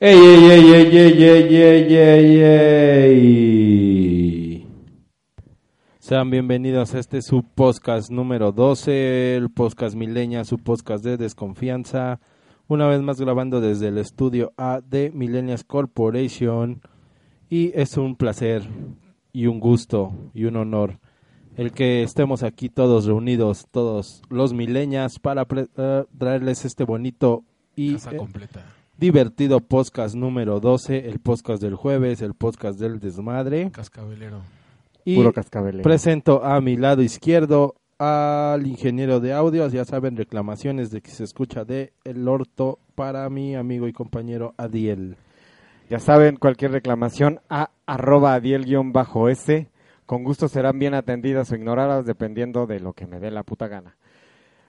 ¡Ey, ey, ey, ey, ey, ey, ey, ey, ey! Sean bienvenidos a este su podcast número 12, el podcast Milenia, su podcast de desconfianza. Una vez más grabando desde el estudio A de Millennials Corporation. Y es un placer y un gusto y un honor el que estemos aquí todos reunidos, todos los milenias, para pre- eh, traerles este bonito y Casa eh, completa. Divertido podcast número 12, el podcast del jueves, el podcast del desmadre. Cascabelero. Y Puro cascabel. ¿eh? presento a mi lado izquierdo al ingeniero de audios, ya saben, reclamaciones de que se escucha de El Orto para mi amigo y compañero Adiel. Ya saben, cualquier reclamación a arroba adiel-s. Con gusto serán bien atendidas o ignoradas dependiendo de lo que me dé la puta gana.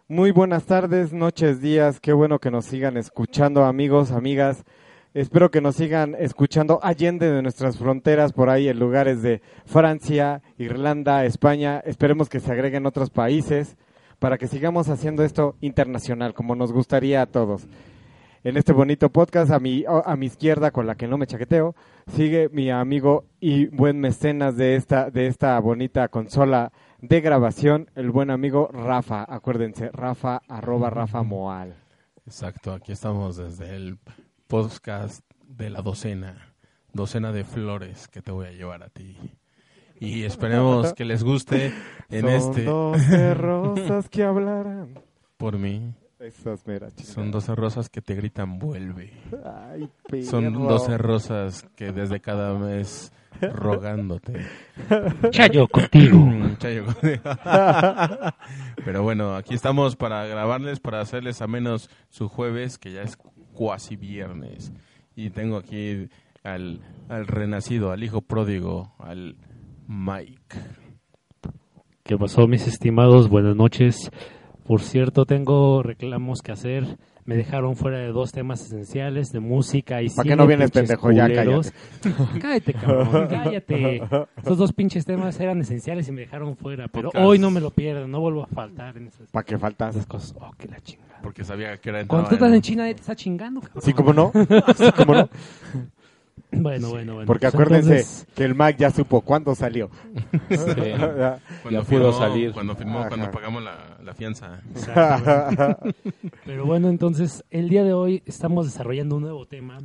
Muy buenas tardes, noches, días. Qué bueno que nos sigan escuchando, amigos, amigas. Espero que nos sigan escuchando allende de nuestras fronteras, por ahí en lugares de Francia, Irlanda, España. Esperemos que se agreguen otros países para que sigamos haciendo esto internacional, como nos gustaría a todos. En este bonito podcast, a mi, a mi izquierda, con la que no me chaqueteo, sigue mi amigo y buen mecenas de esta, de esta bonita consola de grabación, el buen amigo Rafa. Acuérdense, Rafa, arroba Rafa Moal. Exacto, aquí estamos desde el podcast de la docena. Docena de flores que te voy a llevar a ti. Y esperemos que les guste en Son este doce rosas que hablarán. por mí. Esas meras chingadas. Son 12 rosas que te gritan vuelve. Ay, Son perro. 12 rosas que desde cada mes rogándote. Chayo contigo. Chayo. Pero bueno, aquí estamos para grabarles, para hacerles a menos su jueves, que ya es cuasi viernes. Y tengo aquí al, al renacido, al hijo pródigo, al Mike. ¿Qué pasó, mis estimados? Buenas noches. Por cierto, tengo reclamos que hacer. Me dejaron fuera de dos temas esenciales, de música y ¿Para cine. qué no vienes, pinches pendejo? Ya, culeros. Cállate, cabrón, cállate. Esos dos pinches temas eran esenciales y me dejaron fuera. Pero Podcast. hoy no me lo pierdan, no vuelvo a faltar en esas, ¿Para qué faltas? esas cosas. Oh, qué la chingada. Porque sabía que era entraba Cuando tú estás en- en China, nadie te está chingando, cabrón. Sí, cómo no. Sí, cómo no. Bueno, bueno, bueno. Porque Pues acuérdense entonces, que el Mac ya supo cuándo salió. cuando Ya pudo firmó, salir. Cuando firmó, Ajá. cuando pagamos la, la fianza. exactamente. Pero bueno, entonces el día de hoy estamos desarrollando un nuevo tema.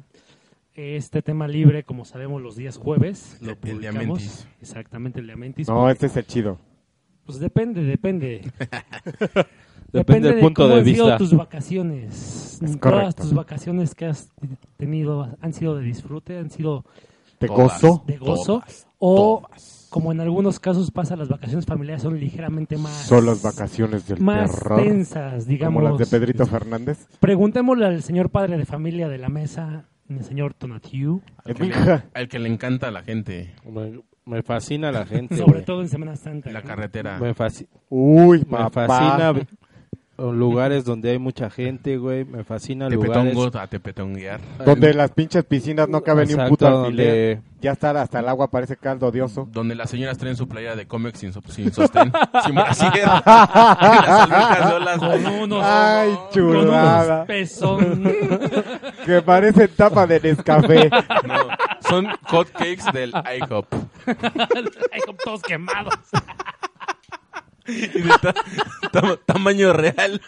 Este tema libre, como sabemos, los días jueves. El- Lo el de publicamos. Amentis. Exactamente, el de Amentis. no, este es el chido. Pues depende, depende. Depende del punto cómo de han sido vista. tus vacaciones. Es Todas correcto. tus vacaciones que has tenido han sido de disfrute, han sido ¿Te Todas. gozo? de gozo. Todas, o, todas. como en algunos casos pasa, las vacaciones familiares son ligeramente más. Son las vacaciones del Más terror. tensas, digamos. Como las de Pedrito Fernández. Preguntémosle al señor padre de familia de la mesa, el señor Tonatiu, Ah, Al que, le, Mija. al que le encanta a la gente. Me, me fascina la gente. sobre güey. todo en Semana Santa. La ¿no? carretera. Me, faci- Uy, me papá. fascina vi- lugares donde hay mucha gente, güey. Me fascina lugares Tepetongo a tepetonguear. Donde las pinches piscinas no cabe ni un Exacto, puto alfiler. donde Ya está hasta el agua parece caldo odioso. Donde las señoras traen su playera de cómics sin, so- sin sostén, sin brasier. las albercas no las- Con unos, Ay, con unos chulada. pezones. Que parece tapa de Nescafé. No, son hotcakes del IHOP. Ay, con todos quemados. Y de ta- ta- tamaño real.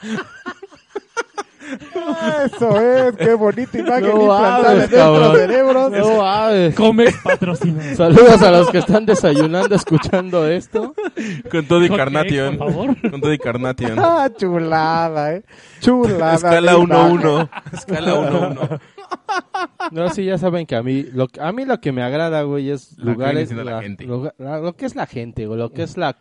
Eso es, qué bonita imagen No implantada mames, en nuestros cabrón. cerebros. No mames. Come patrocinado. Saludos a los que están desayunando escuchando esto. Con todo y Hotcakes, Carnation. por favor. Con todo y Carnation. Ah, chulada, eh. Chulada. Escala de 1-1. Escala 1-1. No, sí, ya saben que a mí lo, que- a mí lo que me agrada, güey, es La lugares... gente, la gente. lugar- la- lo que es la gente, güey, lo que es la,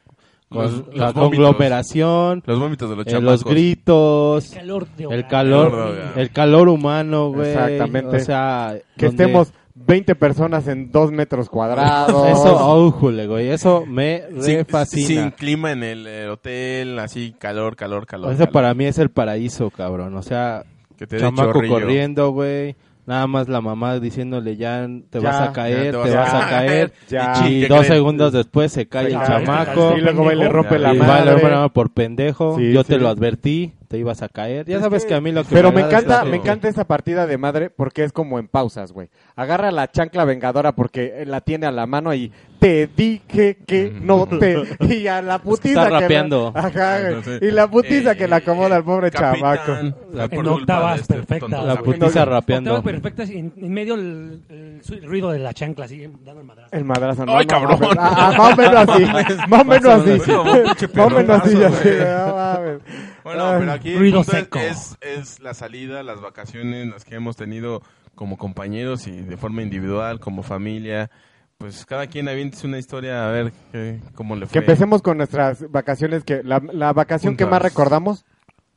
Los- con- la los vómitos. conglomeración, eh, Los vómitos de los los, chamacos. gritos, el Calor de calor, el hogar. calor, hogar. humano, güey. Exactamente. O sea... Que donde- estemos 20 personas en 2 metros cuadrados. Eso, ójule, güey, eso me re Sin, sin fascina. clima en el, eh, hotel, así calor, calor, calor. Eso calor. para mí es el paraíso, cabrón. O sea, que te dé chamaco chorrillo. corriendo, güey. Nada más la mamá diciéndole ya te Ya, vas a ya caer, te te, vas a vas a caer. caer. Ya. Y chin, Y ¿qué dos crees? segundos después se cae el Ya, chamaco. Y luego va y le rompe Ya, la y vale, madre. hermano, por pendejo. Sí, Yo sí. te lo advertí. te ibas a caer. Ya Es sabes que- que, a mí lo que Pero me da es encanta, que- me encanta esa partida de madre porque es como en pausas, güey. Agarra la chancla vengadora porque eh, la tiene a la mano y te dije que no te y a la putiza está que la- rapeando. Ajá, güey. Entonces, y la putiza eh, que la acomoda al pobre capitán, chamaco. la En culpa octavas de este perfectas. tonto La Ah, sabe. putiza rapeando. Octava perfecta es en, en medio el, el su- el ruido de la chancla, así dando el madrazo. El madrazo. ¡Ay, cabrón! mames. Ah, ah, más o menos así. Más o menos Más o así. menos, como pinche Más o menos así. ya perronazo, sé, güey. no mames. Bueno, Ay. pero aquí el Ruido punto es- seco. Es, es la salida, las vacaciones, las que hemos tenido como compañeros y de forma individual, como familia. Pues cada quien aviente una historia a ver qué- cómo le Que fue. empecemos con nuestras vacaciones. que La, la vacación que más Juntas. recordamos.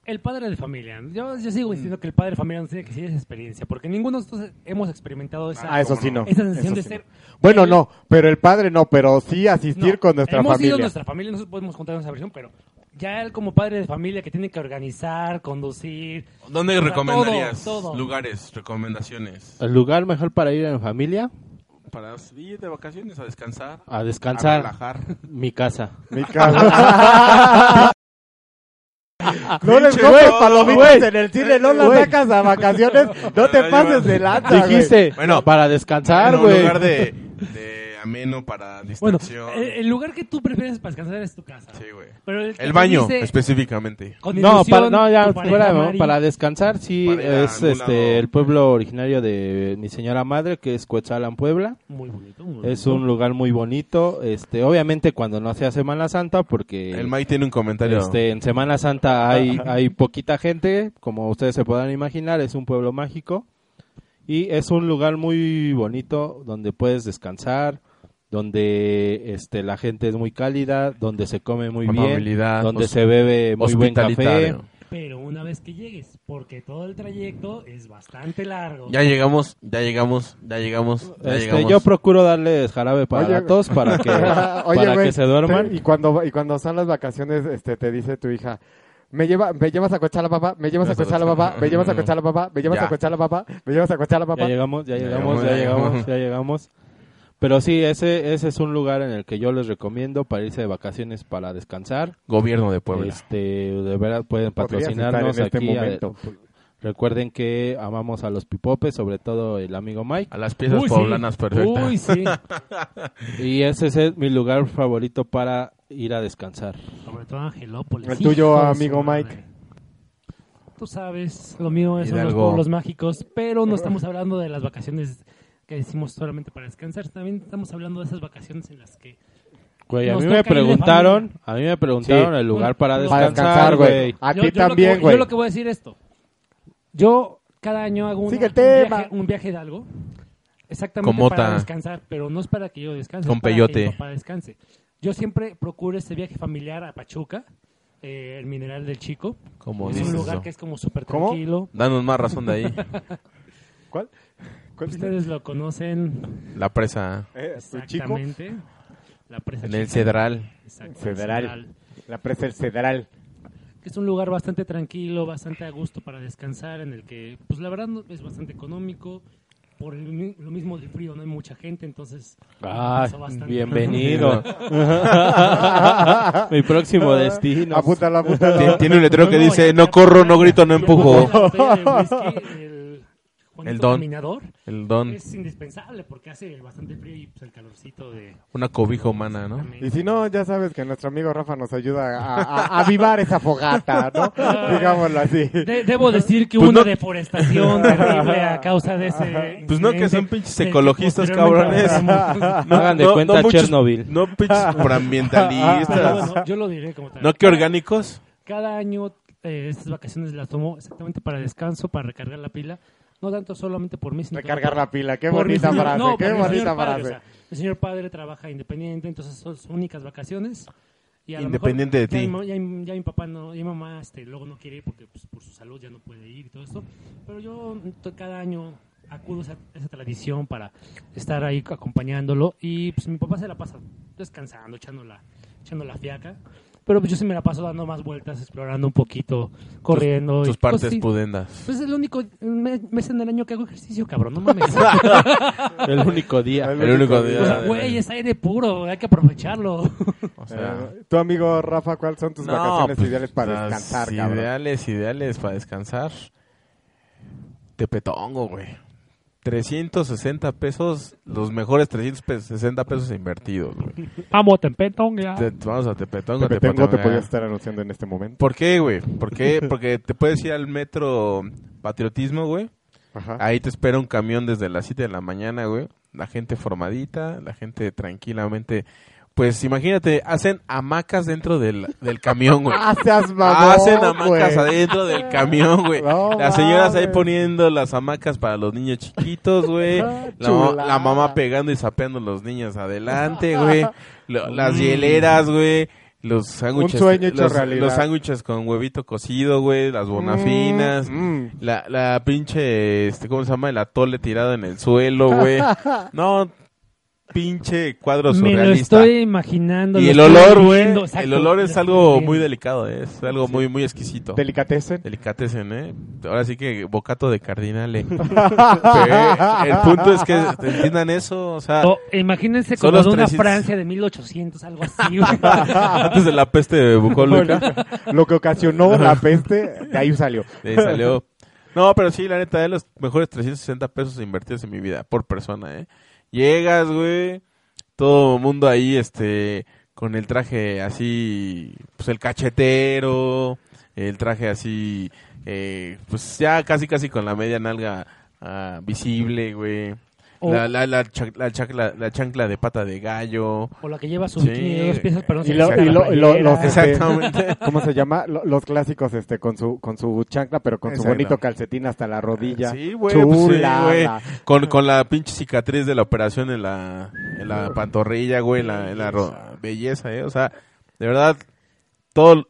El padre de familia. Yo, yo sigo diciendo que el padre de familia nos tiene que decir esa experiencia, porque ninguno de nosotros hemos experimentado esa, Ah, eso ¿cómo sí no? no. esa sensación Eso de sí ser. Bueno, el- no, pero el padre no, pero sí no, asistir con nuestra hemos familia. Ido nuestra familia, nosotros podemos contar nuestra versión, pero ya él como padre de familia que tiene que organizar, conducir. ¿Dónde O sea, recomendarías todo, todo. lugares, recomendaciones? El lugar mejor para ir en familia Para ir de vacaciones a descansar, a a descansar. relajar. mi casa. Mi casa. no les Pinche compres todo, palomitas güey. en el cine, no las Güey. sacas a vacaciones, no te Ay, pases güey. de lanza, güey. Dijiste, Bueno, para descansar, Bueno, un güey. lugar de, de ameno para Bueno, distracción. el, eh, el lugar que tú prefieres para descansar es tu casa. Sí, güey. Pero el, que El te baño, dice, específicamente. con No, para, ilusión, no, ya, tu pareja, fuera de broma, Mari, para descansar, sí, Para ir a es algún lado. este el pueblo originario de mi señora madre, que es Coetzalan, Puebla. Muy bonito. muy Es bonito. un lugar muy bonito, este, obviamente cuando no sea Semana Santa, porque El Mike tiene un comentario. este, en Semana Santa hay, hay poquita gente, como ustedes se podrán imaginar, es un pueblo mágico y es un lugar muy bonito donde puedes descansar, donde este, la gente es muy cálida, donde se come muy bien, Amabilidad, donde hos- se bebe muy buen café. hospitalitario. Pero una vez que llegues, porque todo el trayecto es bastante largo. Ya llegamos, ya llegamos, ya llegamos, ya Este, llegamos. yo procuro darles jarabe para Oye, la tos para que, Oye, para güey, que se duerman. te- Y cuando, y cuando son las vacaciones, este, te dice tu hija, me, lleva, me llevas a Coachala, papá, me llevas a Coachala, papá, me llevas a Coachala, papá, me llevas Ya. a Coachala, papá, me llevas a Coachala, Ya papá. llegamos, ya Ya llegamos, ya llegamos, ya llegamos. Pero sí, ese, ese es un lugar en el que yo les recomiendo para irse de vacaciones para descansar. Gobierno de Puebla. Este, de verdad pueden Podrías estar en patrocinarnos este aquí. a- momento. recuerden que amamos a los pipopes, sobre todo el amigo Mike. A las piezas Uy, sí. poblanas perfectas. Uy, sí. Y ese es mi lugar favorito para ir a descansar. Sobre todo Angelópolis. El tuyo, Hijo de su amigo madre. Mike. Tú sabes, lo mío son los Hidalgo. pueblos mágicos, pero no estamos hablando de las vacaciones que decimos solamente para descansar. También estamos hablando de esas vacaciones en las que Güey, a Nos mí me toca ir de preguntaron, Mm. a mí me preguntaron Sí. el lugar para Para Para descansar, descansar, güey. güey. A ti Yo- yo lo que también, voy- güey. Yo lo que voy a decir esto. Yo cada año hago una- Sigue el un, tema. Viaje, un viaje de algo. Exactamente Con mota. para descansar, pero no es para que yo descanse. Con es para peyote. que mi papá descanse. Yo siempre procuro este viaje familiar a Pachuca, eh, el mineral del Chico. ¿Cómo es dices un lugar eso? que es como súper ¿Cómo? tranquilo. Danos más razón de ahí. ¿Cuál? ¿Cuál dijiste? Ustedes lo conocen La presa Eh, ¿tu chico? exactamente. La presa en el Chica. Cedral. Exacto, Cedral. Cedral. La presa del Cedral. que es un lugar bastante tranquilo, bastante a gusto para descansar, en el que, pues la verdad, no- es bastante económico. Por el mi- lo mismo del frío, no hay mucha gente, entonces. Ah, pasó bastante. bienvenido. Mi próximo destino. Apúntalo, Tien- apúntalo. Tiene un letrero que No, dice, ya- no ya- corro, no grito, no ya- empujo. la botella de whisky, el Juanito El don. Caminador, El don, es indispensable porque hace bastante frío y pues, el calorcito de. una cobija humana, ¿no? Y si no, ya sabes que nuestro amigo Rafa nos ayuda a, a- a avivar esa fogata, ¿no? Digámoslo así. De- debo decir que Pues hubo una no- deforestación terrible a causa de ese. Pues no, que son incidente pinches del que ecologistas, posteriormente cabrones. hablaremos. Hagan de cuenta Chernobyl. No pinches Pero proambientalistas. bueno, yo lo diré como tal. No que orgánicos. cada año eh, estas vacaciones las tomo exactamente para descanso, para recargar la pila, no tanto solamente por mí, sino Recargar la pila, qué por mi bonita señor- frase, no, qué por mi bonita señor padre, frase. o sea, mi señor padre trabaja independiente, entonces son sus únicas vacaciones. Y a lo Independiente mejor de ya ti. mi ma- Ya, mi- ya mi papá no, ya mi mamá este, luego no quiere ir porque pues, por su salud ya no puede ir y todo esto. Pero yo to- cada año acudo a esa, a esa tradición para estar ahí acompañándolo y pues mi papá se la pasa descansando, echando la, echando la fiaca. Pero pues yo sí me la paso dando más vueltas, explorando un poquito, corriendo. Tus y, pues, partes sí, pudendas. Pues es el único me- mes en el año que hago ejercicio, cabrón, no mames. El único día. El único día. Pues, Güey, es aire puro, hay que aprovecharlo. O sea, Eh, tu amigo Rafa, ¿cuáles son tus no, vacaciones pues, ideales para las descansar, cabrón? Ideales, ideales para descansar. Tepetongo, güey. 360 pesos, los mejores 360 pesos invertidos, güey. Vamos, tempetonga. Te- Vamos a Tepetongo, Pepe Tengo te Tepetonga. podía estar anunciando en este momento. ¿Por qué, güey? ¿Por qué? Porque te puedes ir al metro Patriotismo, güey. Ajá. Ahí te espera un camión desde las 7 de la mañana, güey. La gente formadita, la gente tranquilamente. Pues imagínate, hacen hamacas dentro del, del camión, güey. Ah, seas mamón, Hacen hamacas güey. adentro del camión, güey. No Las señoras ahí mames. poniendo las hamacas para los niños chiquitos, güey. Ah, La, ma- chulada. la mamá pegando y sapeando a los niños adelante, güey. Lo- las hieleras, güey. Los sándwiches. sueño hecho los, realidad. los sándwiches con huevito cocido, güey. Las bonafinas. Mm, mm. La, la pinche, este, ¿cómo se llama? El atole tirado en el suelo, güey. No, pinche cuadro Me lo surrealista. estoy imaginando. Y lo el estoy olor, güey. viendo, exacto. El olor es Lo algo estoy muy viendo. delicado, eh, es algo muy, muy exquisito. Delicatessen. Delicatecen, ¿eh? Ahora sí que bocato de cardinale. Pero, eh, el punto es que entiendan eso, o sea, O, imagínense Son como los de una 300. Francia de 1800, algo así. güey. antes de la peste de Bueno, bucólica. lo que ocasionó la peste, de ahí salió. De ahí salió. No, pero sí, la neta, de los mejores 360 pesos invertidos en mi vida, por persona, ¿eh? Llegas, güey, todo el mundo ahí, este, con el traje así, pues el cachetero, el traje así, eh, pues ya casi, casi con la media nalga ah, visible, güey. O- La, la, la, cha- la, chancla, la chancla de pata de gallo. O la que lleva su Sí, bikini de dos piezas, pero no Y se lo- quita y la lo- y lo- playera. los- Este- Exactamente. ¿Cómo se llama? Lo- Los clásicos, este, con su, con su chancla, pero con su Exacto. bonito calcetín hasta la rodilla. Sí, güey, pues sí, Chulada. güey. Con, con la pinche cicatriz de la operación en la, en la pantorrilla, güey, en la, en la ro- belleza, eh. O sea, de verdad, todo,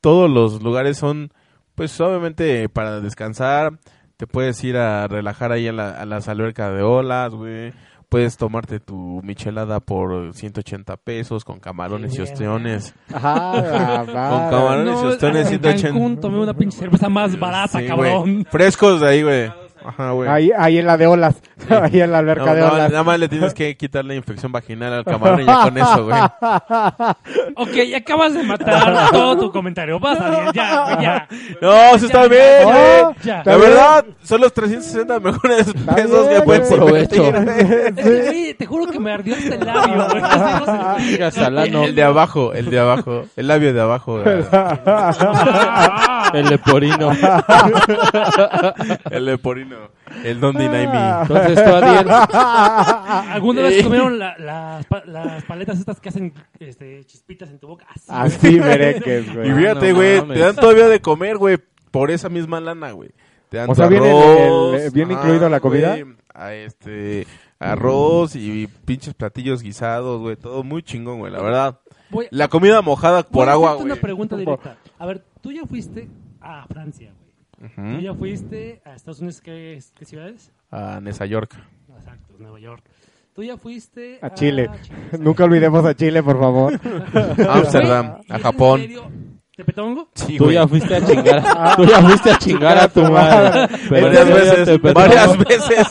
todos los lugares son, pues obviamente para descansar, te puedes ir a relajar ahí a, la- a las albercas de olas, güey. Puedes tomarte tu michelada por 180 pesos con camarones y Sí, ostiones. Ajá, la madre. camarón. Cabrones, No, si ustedes en siendo Cancún ochenta- tomé una pinche cerveza más barata, Sí, güey. cabrón. Frescos de ahí, güey. Ajá, güey. Ahí, ahí en la de olas. Ahí en la No, alberca de nada más- olas. nada más le tienes que quitar la infección vaginal al camarón y ya con eso, güey. Ok, ya acabas de matar todo tu comentario. Vas a bien, ya, güey, ya. No, eso está bien, No, güey. ya. La bien. verdad, son los 360 mejores pesos bien, que puedes güey. provecho. Es que, güey, te juro que me ardió este labio, güey. Así no se- Digas al ano. El de abajo, el de abajo, el labio de abajo, güey. Ah, El leporino. el leporino, el don deny Ah, me. Entonces tú, Adiel, ¿Alguna vez Eh. comieron la- las, pa- las paletas estas que hacen este, chispitas en tu boca? Así, güey. Así mereques, Y güey. fíjate, no güey, mames. te dan todavía de comer, güey, por esa misma lana, güey. Te dan O tu sea, ¿viene el- arroz, el- eh, viene ajá, incluido la comida? güey, a este arroz y pinches platillos guisados, güey, todo muy chingón, güey, la verdad. Voy- La comida mojada por voy a agua, hacerte güey. una pregunta directa. A ver, tú ya fuiste a Francia, güey. Tú ya fuiste a Estados Unidos, ¿qué, qué ciudades? A Nesa York. Exacto, Nueva York. Tú ya fuiste A Chile. exacto. Nunca olvidemos a Chile, por favor. A Ámsterdam, Güey, a ¿es Japón. en serio? ¿Tepetongo? Sí, tú güey. ya fuiste a chingar. Tú ya fuiste a chingar a tu madre. Pero varias en serio te veces, perdonó. varias veces.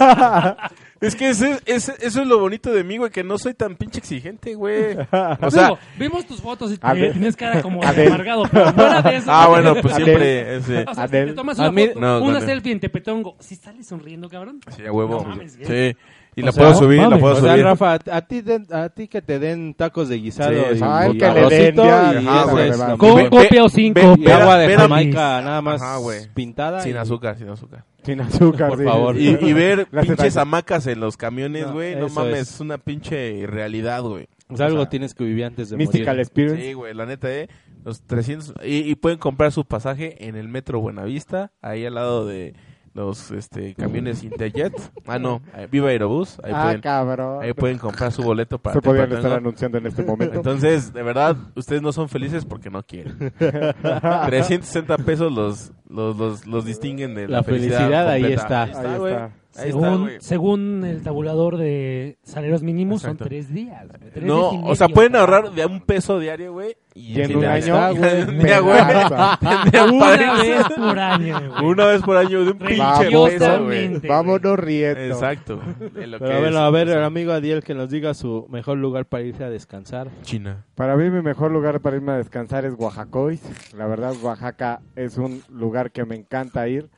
Es que ese- ese- eso es lo bonito de mí, güey, que no soy tan pinche exigente, güey. O sea, Digo, vimos tus fotos y A ver. te- tienes cara como A ver. amargado, pero fuera de eso. ah, bueno, pues Adel. siempre ese. O sea, si Adel. te tomas una, A mí- foto, no, una con- selfie en Tepetongo, si sales sonriendo, cabrón. Sí, a huevo. No mames, güey. Sí. Y O la sea, puedo no subir, la mames, puedo o sea, subir. Rafa, a, a ti den- a ti que te den tacos de guisado Sí, y, ah, el y que le den arrocito ya, y ajá, eso güey. es la Con mamá. Ve- copia o cinco, Y ve- agua de ver a- Jamaica, nada más Ajá, güey. pintada. Sin y- azúcar, sin azúcar. Sin azúcar, Por sí. favor. Y, y ver Las pinches detalles. hamacas en los camiones, No, güey, no eso mames, es. es una pinche realidad, güey. O sea, algo O sea, tienes que vivir antes de Mystical morir. Experience. Sí, güey, la neta, eh. Los 300. Y, y pueden comprar su pasaje en el metro Buenavista, ahí al lado de los este, camiones Interjet. Ah, no, eh, Viva Aerobús. Ahí, Ah, pueden, cabrón. ahí pueden comprar su boleto para Se podían Tepatengo. estar anunciando en este momento. Entonces, de verdad, ustedes no son felices porque no quieren. 360 pesos los, los, los, los distinguen de la, La felicidad ahí completa. está. Ahí Ahí güey. está. Ahí está, según, güey. según el tabulador de salarios mínimos, Exacto. son tres días. güey, tres No, días y o sea, medio, pueden cabrón. ahorrar de un peso diario, güey. Y en sí, un la año, neta, güey, tendría, güey, pelaza. tendría Una padrísimo. vez Ah, por año, güey. Una vez por año de un pinche peso, güey. Religiosamente. Vámonos riendo. Exacto. de lo Pero que bueno, es a ver, el amigo Adiel que nos diga su mejor lugar para irse a descansar. China. Para mí mi mejor lugar para irme a descansar es Oaxacois. La verdad, Oaxaca es un lugar que me encanta ir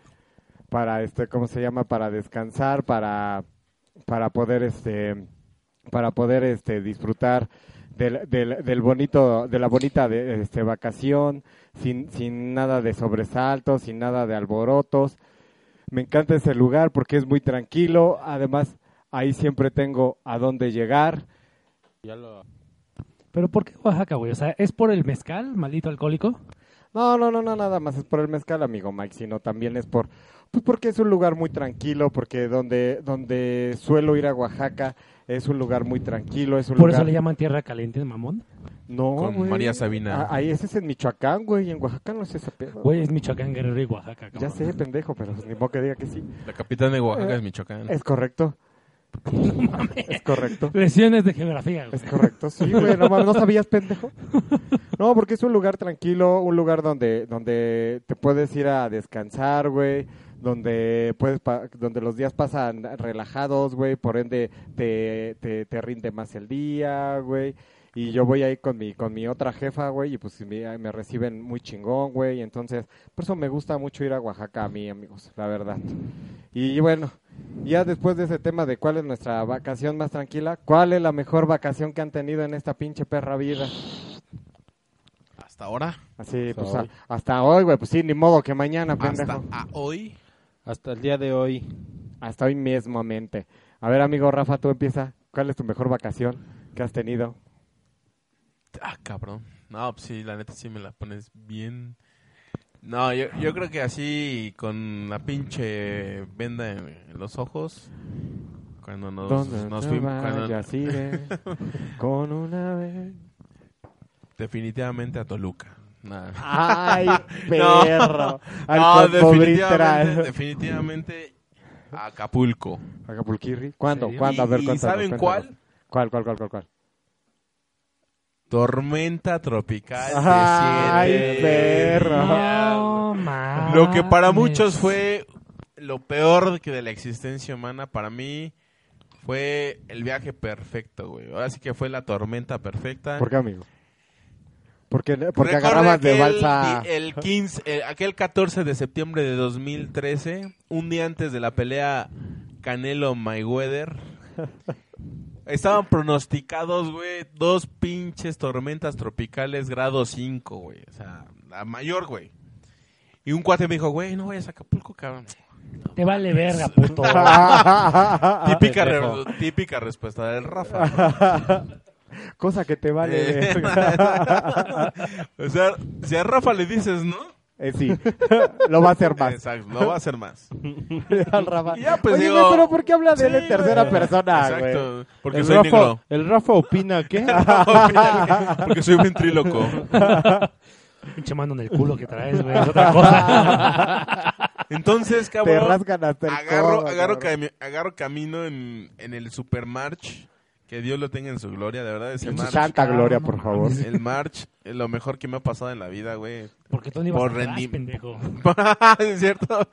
para este, ¿cómo se llama? Para descansar, para para poder este para poder este disfrutar del, del, del bonito de la bonita de, este vacación sin sin nada de sobresaltos, sin nada de alborotos. Me encanta ese lugar porque es muy tranquilo, además ahí siempre tengo a dónde llegar. Pero ¿por qué Oaxaca, güey? O sea, ¿es por el mezcal, maldito alcohólico? No, no, no, no, nada más es por el mezcal, amigo Mike, sino también es por, pues porque es un lugar muy tranquilo, porque donde, donde suelo ir a Oaxaca es un lugar muy tranquilo, es un Por lugar. eso le llaman tierra caliente, mamón. No, Con güey. María Sabina. Ah, Ahí ese es en Michoacán, güey, en Oaxaca no es ese pedo. Güey, es Michoacán, Guerrero y Oaxaca, cabrón. ya sé, pendejo, pero pues, ni modo que diga que sí. La capital de Oaxaca es Michoacán. Eh, Es correcto. Es correcto. Lesiones de geografía, güey. Es correcto, sí, güey, no mames, ¿no sabías, pendejo? No, porque es un lugar tranquilo, un lugar donde, donde te puedes ir a descansar, güey, donde puedes pa- donde los días pasan relajados, güey, por ende te, te, te rinde más el día, güey. Y yo voy ahí con mi, con mi otra jefa, güey, y pues me, me reciben muy chingón, güey. Entonces, por eso me gusta mucho ir a Oaxaca a mí, amigos, la verdad. Y bueno, ya después de ese tema de cuál es nuestra vacación más tranquila, ¿cuál es la mejor vacación que han tenido en esta pinche perra vida? Hasta ahora, Así, Hasta pues hoy. a- hasta hoy, güey, pues sí, ni modo que mañana, hasta pendejo. a hoy. Hasta el día de hoy. Hasta hoy mismo, mente. A ver, amigo Rafa, tú empieza. ¿Cuál es tu mejor vacación que has tenido? Ah, cabrón. No, pues sí, la neta sí me la pones bien. No, yo, yo creo que así, con la pinche venda en, en los ojos, cuando nos, nos te fuimos, cuando- vayas, iré con una vez. definitivamente a Toluca. Nah. Ay, No. perro. Al No, definitivamente, Cosmobristral. definitivamente a Acapulco. Acapulquirri. ¿Cuándo? ¿En serio? ¿Cuándo? A ver, ¿Y- y cuéntanos, saben cuéntanos. cuál? ¿Cuál, cuál, cuál, cuál, cuál? Tormenta tropical. de Ay, siete perro. días, No, mames. Lo que para muchos fue lo peor que de la existencia humana, para mí fue el viaje perfecto, güey. Ahora sí que fue la tormenta perfecta. ¿Por qué, amigo? Porque, porque Recuerdo agarrabas de aquel balsa. di- El 15, eh, aquel 14 de septiembre de 2013, un día antes de la pelea Canelo-Mayweather, estaban pronosticados, güey, dos pinches tormentas tropicales grado 5, güey. O sea, la mayor, güey. Y un cuate me dijo, güey, no vayas a Acapulco, cabrón. Te vale verga, puto. Ah, típica, re- pendejo. típica respuesta del Rafa. Cosa que te Ah, vale. Eh, o sea, si a Rafa le dices, ¿no? Eh, sí, lo va a hacer más. Exacto, no va a hacer más. Al Rafa. Y ya, pues, Oye, digo- güey, pero ¿por qué habla de él en Sí, tercera güey. persona, güey? Exacto, porque el, soy Rafa, negro. ¿El Rafa opina qué? porque soy ventríloco. Pinche mano en el culo que traes, güey. Es otra cosa. Entonces, Te cabrón, rasgan hasta el agarro, codo, agarro, cabrón. cami- agarro camino en, en el Supermarch. Que Dios lo tenga en su gloria, de verdad. Ese En su march, Santa gloria, por favor. el march es lo mejor que me ha pasado en la vida, güey. Porque tú no ibas Por atrás, rendi- pendejo. es cierto.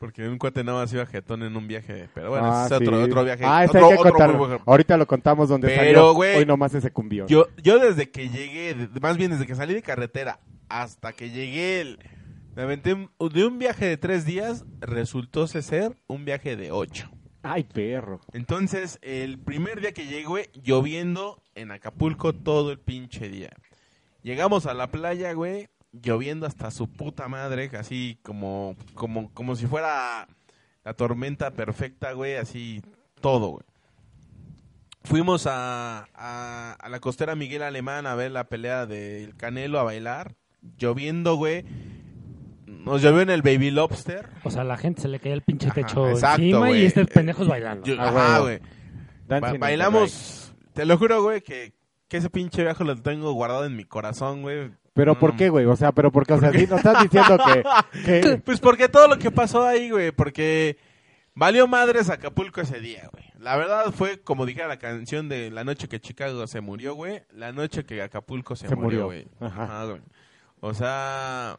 Porque un cuate nada más iba jetón en un viaje. Pero bueno, Ah, ese es otro, sí. otro viaje. Ah, ese otro, hay que otro muy contarlo. buen- Ahorita lo contamos donde Pero, salió. güey, Hoy nomás ese cumbión. Yo, yo desde que llegué, de- más bien desde que salí de carretera hasta que llegué, el- me aventé un- de un viaje de tres días, resultó ser un viaje de ocho. Ay, perro. Entonces, el primer día que llegué, güey, lloviendo en Acapulco todo el pinche día. Llegamos a la playa, güey, lloviendo hasta su puta madre, así como, como, como si fuera la tormenta perfecta, güey, así todo, güey. Fuimos a, a, a la costera Miguel Alemán a ver la pelea del Canelo, a bailar. Lloviendo, güey. Nos llovió en el Baby Lobster. O sea, la gente se le cae el pinche Ajá, techo exacto, encima güey. y Eh, este pendejo es bailando. Yo- Ah, ajá, güey. güey. Dancing Ba- in the Night. bailamos. Te lo juro, güey, que, que ese pinche viaje lo tengo guardado en mi corazón, güey. Pero No, ¿por no. qué, güey? O sea, pero porque, o sea, sí nos estás diciendo que, que Pues porque todo lo que pasó ahí, güey, porque Valió madres Acapulco ese día, güey. La verdad fue como dijera la canción de la noche que Chicago se murió, güey. La noche que Acapulco se, Se murió, murió. güey. Ajá. Ajá, güey. O sea,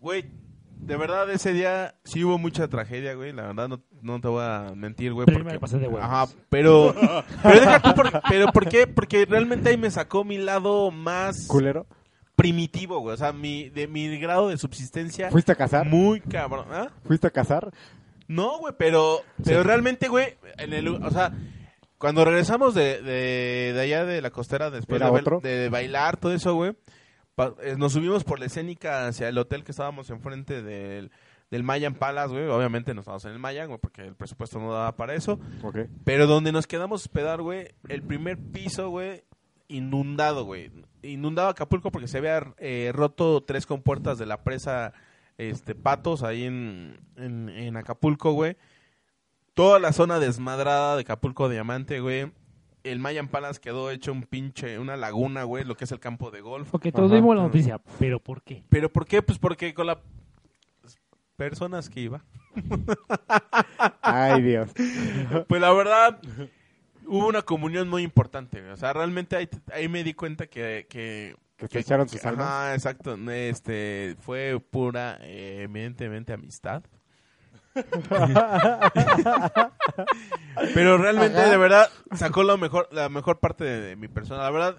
güey, de verdad ese día sí hubo mucha tragedia, güey. La verdad no, no te voy a mentir, güey. Pero yo porque- me la pasé de huevos. Ajá, pero, pero deja tú por- pero ¿por qué? Porque realmente ahí me sacó mi lado más ¿Culero? primitivo, güey. O sea, mi, de mi grado de subsistencia ¿Fuiste a cazar? muy cabrón. ¿Ah? ¿Fuiste a cazar? No, güey, pero, pero realmente, güey, en el, o sea, cuando regresamos de, de, de allá de la costera después ¿Era de, bail- otro? de- de bailar, todo eso, güey, pa- eh, nos subimos por la escénica hacia el hotel que estábamos enfrente del, del Mayan Palace, güey. Obviamente no estábamos en el Mayan, güey, porque el presupuesto no daba para eso. Ok. Pero donde nos quedamos a hospedar, güey, el primer piso, güey, inundado, güey. Inundado Acapulco porque se había eh, roto tres compuertas de la presa este Patos ahí en, en, en Acapulco, güey. Toda la zona desmadrada de Acapulco Diamante, güey. El Mayan Palace quedó hecho un pinche, una laguna, güey, lo que es el campo de golf. Ok, todos Ajá. vimos la noticia, pero ¿por qué? ¿Pero por qué? Pues porque con las personas que iba. Ay, Dios. Pues la verdad, hubo una comunión muy importante. güey. O sea, realmente ahí, ahí me di cuenta que... Que, Que se echaron sus que- almas. Ajá, exacto. Este, fue pura, eh, evidentemente, amistad. Pero realmente, de verdad, sacó la mejor, la mejor parte de, de mi persona. La verdad,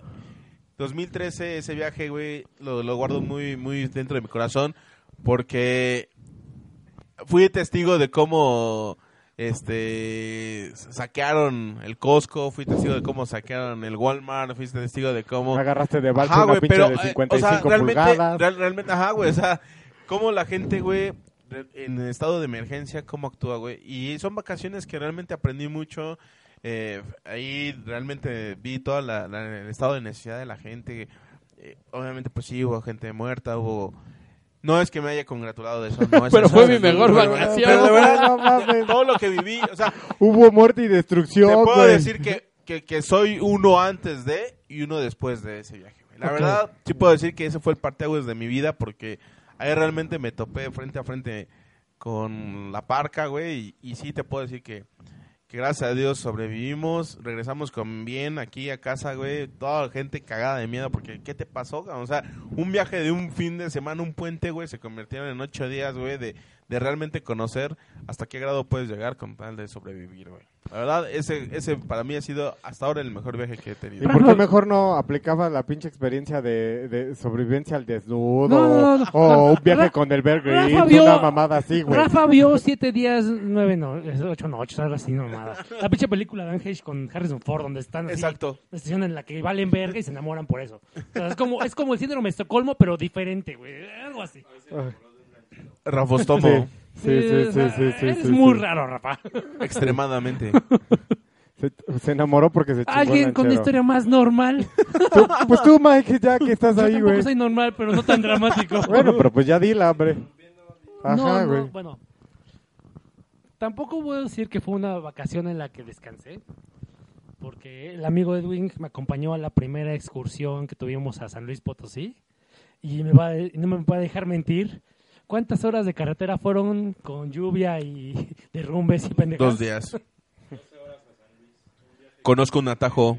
2013, ese viaje, güey, lo, lo guardo muy, muy dentro de mi corazón. Porque fui testigo de cómo este saquearon el Costco, fui testigo de cómo saquearon el Walmart, fui testigo de cómo Me agarraste de balsa una güey, pinche de eh, 55 realmente, pulgadas. real- realmente, ajá, güey, o sea, cómo la gente, güey, re- en estado de emergencia, cómo actúa, güey. Y son vacaciones que realmente aprendí mucho. eh, ahí realmente vi todo el estado de necesidad de la gente. eh, obviamente, pues sí, hubo gente muerta, hubo... No es que me haya congratulado de eso, no es Pero eso, fue es- mi mejor pero- vacación. pero de verdad, No mames. todo lo que viví, o sea, Hubo muerte y destrucción, te puedo güey. decir que, que, que soy uno antes de y uno después de ese viaje. güey. La verdad, sí puedo decir que ese fue el parteaguas de mi vida porque ahí realmente me topé frente a frente con la parca, güey. Y, y sí te puedo decir que, que gracias a Dios sobrevivimos, regresamos con bien aquí a casa, güey. Toda la gente cagada de miedo porque ¿qué te pasó? cabrón? O sea, un viaje de un fin de semana, un puente, güey, se convirtieron en ocho días, güey, de, de realmente conocer hasta qué grado puedes llegar con tal de sobrevivir, güey. La verdad, ese, ese para mí ha sido hasta ahora el mejor viaje que he ¿Y tenido. por qué mejor no aplicabas la pinche experiencia de, de sobrevivencia al desnudo? No, no, no. O un viaje Ra- con el Bear Grylls, Rafa vio- una mamada así, güey. Rafa vio siete días, nueve no, es ocho noches, algo así nomás. La pinche película de Ange con Harrison Ford, donde están así, Exacto. la estación en la que valen verga y se enamoran por eso. O sea, es como, es como el síndrome de Estocolmo, pero diferente, güey. Algo así. Rafostomo, Sí, sí, o sí, sea, sí, sí, eh, Eres sí, muy sí. raro, Rafa. extremadamente. Se, se enamoró porque se chingó el Alguien con una ranchero. historia más normal. Tú- pues tú, Mike, ya que estás Yo ahí, tampoco güey. soy normal, pero no tan dramático. Bueno, pero pues ya dila, hombre. Ajá, no, güey. no, bueno. Tampoco puedo decir que fue una vacación en la que descansé, porque el amigo Edwin me acompañó a la primera excursión que tuvimos a San Luis Potosí y me va a- no me va a dejar mentir. ¿Cuántas horas de carretera fueron con lluvia y derrumbes y pendejadas? Dos días. Conozco un atajo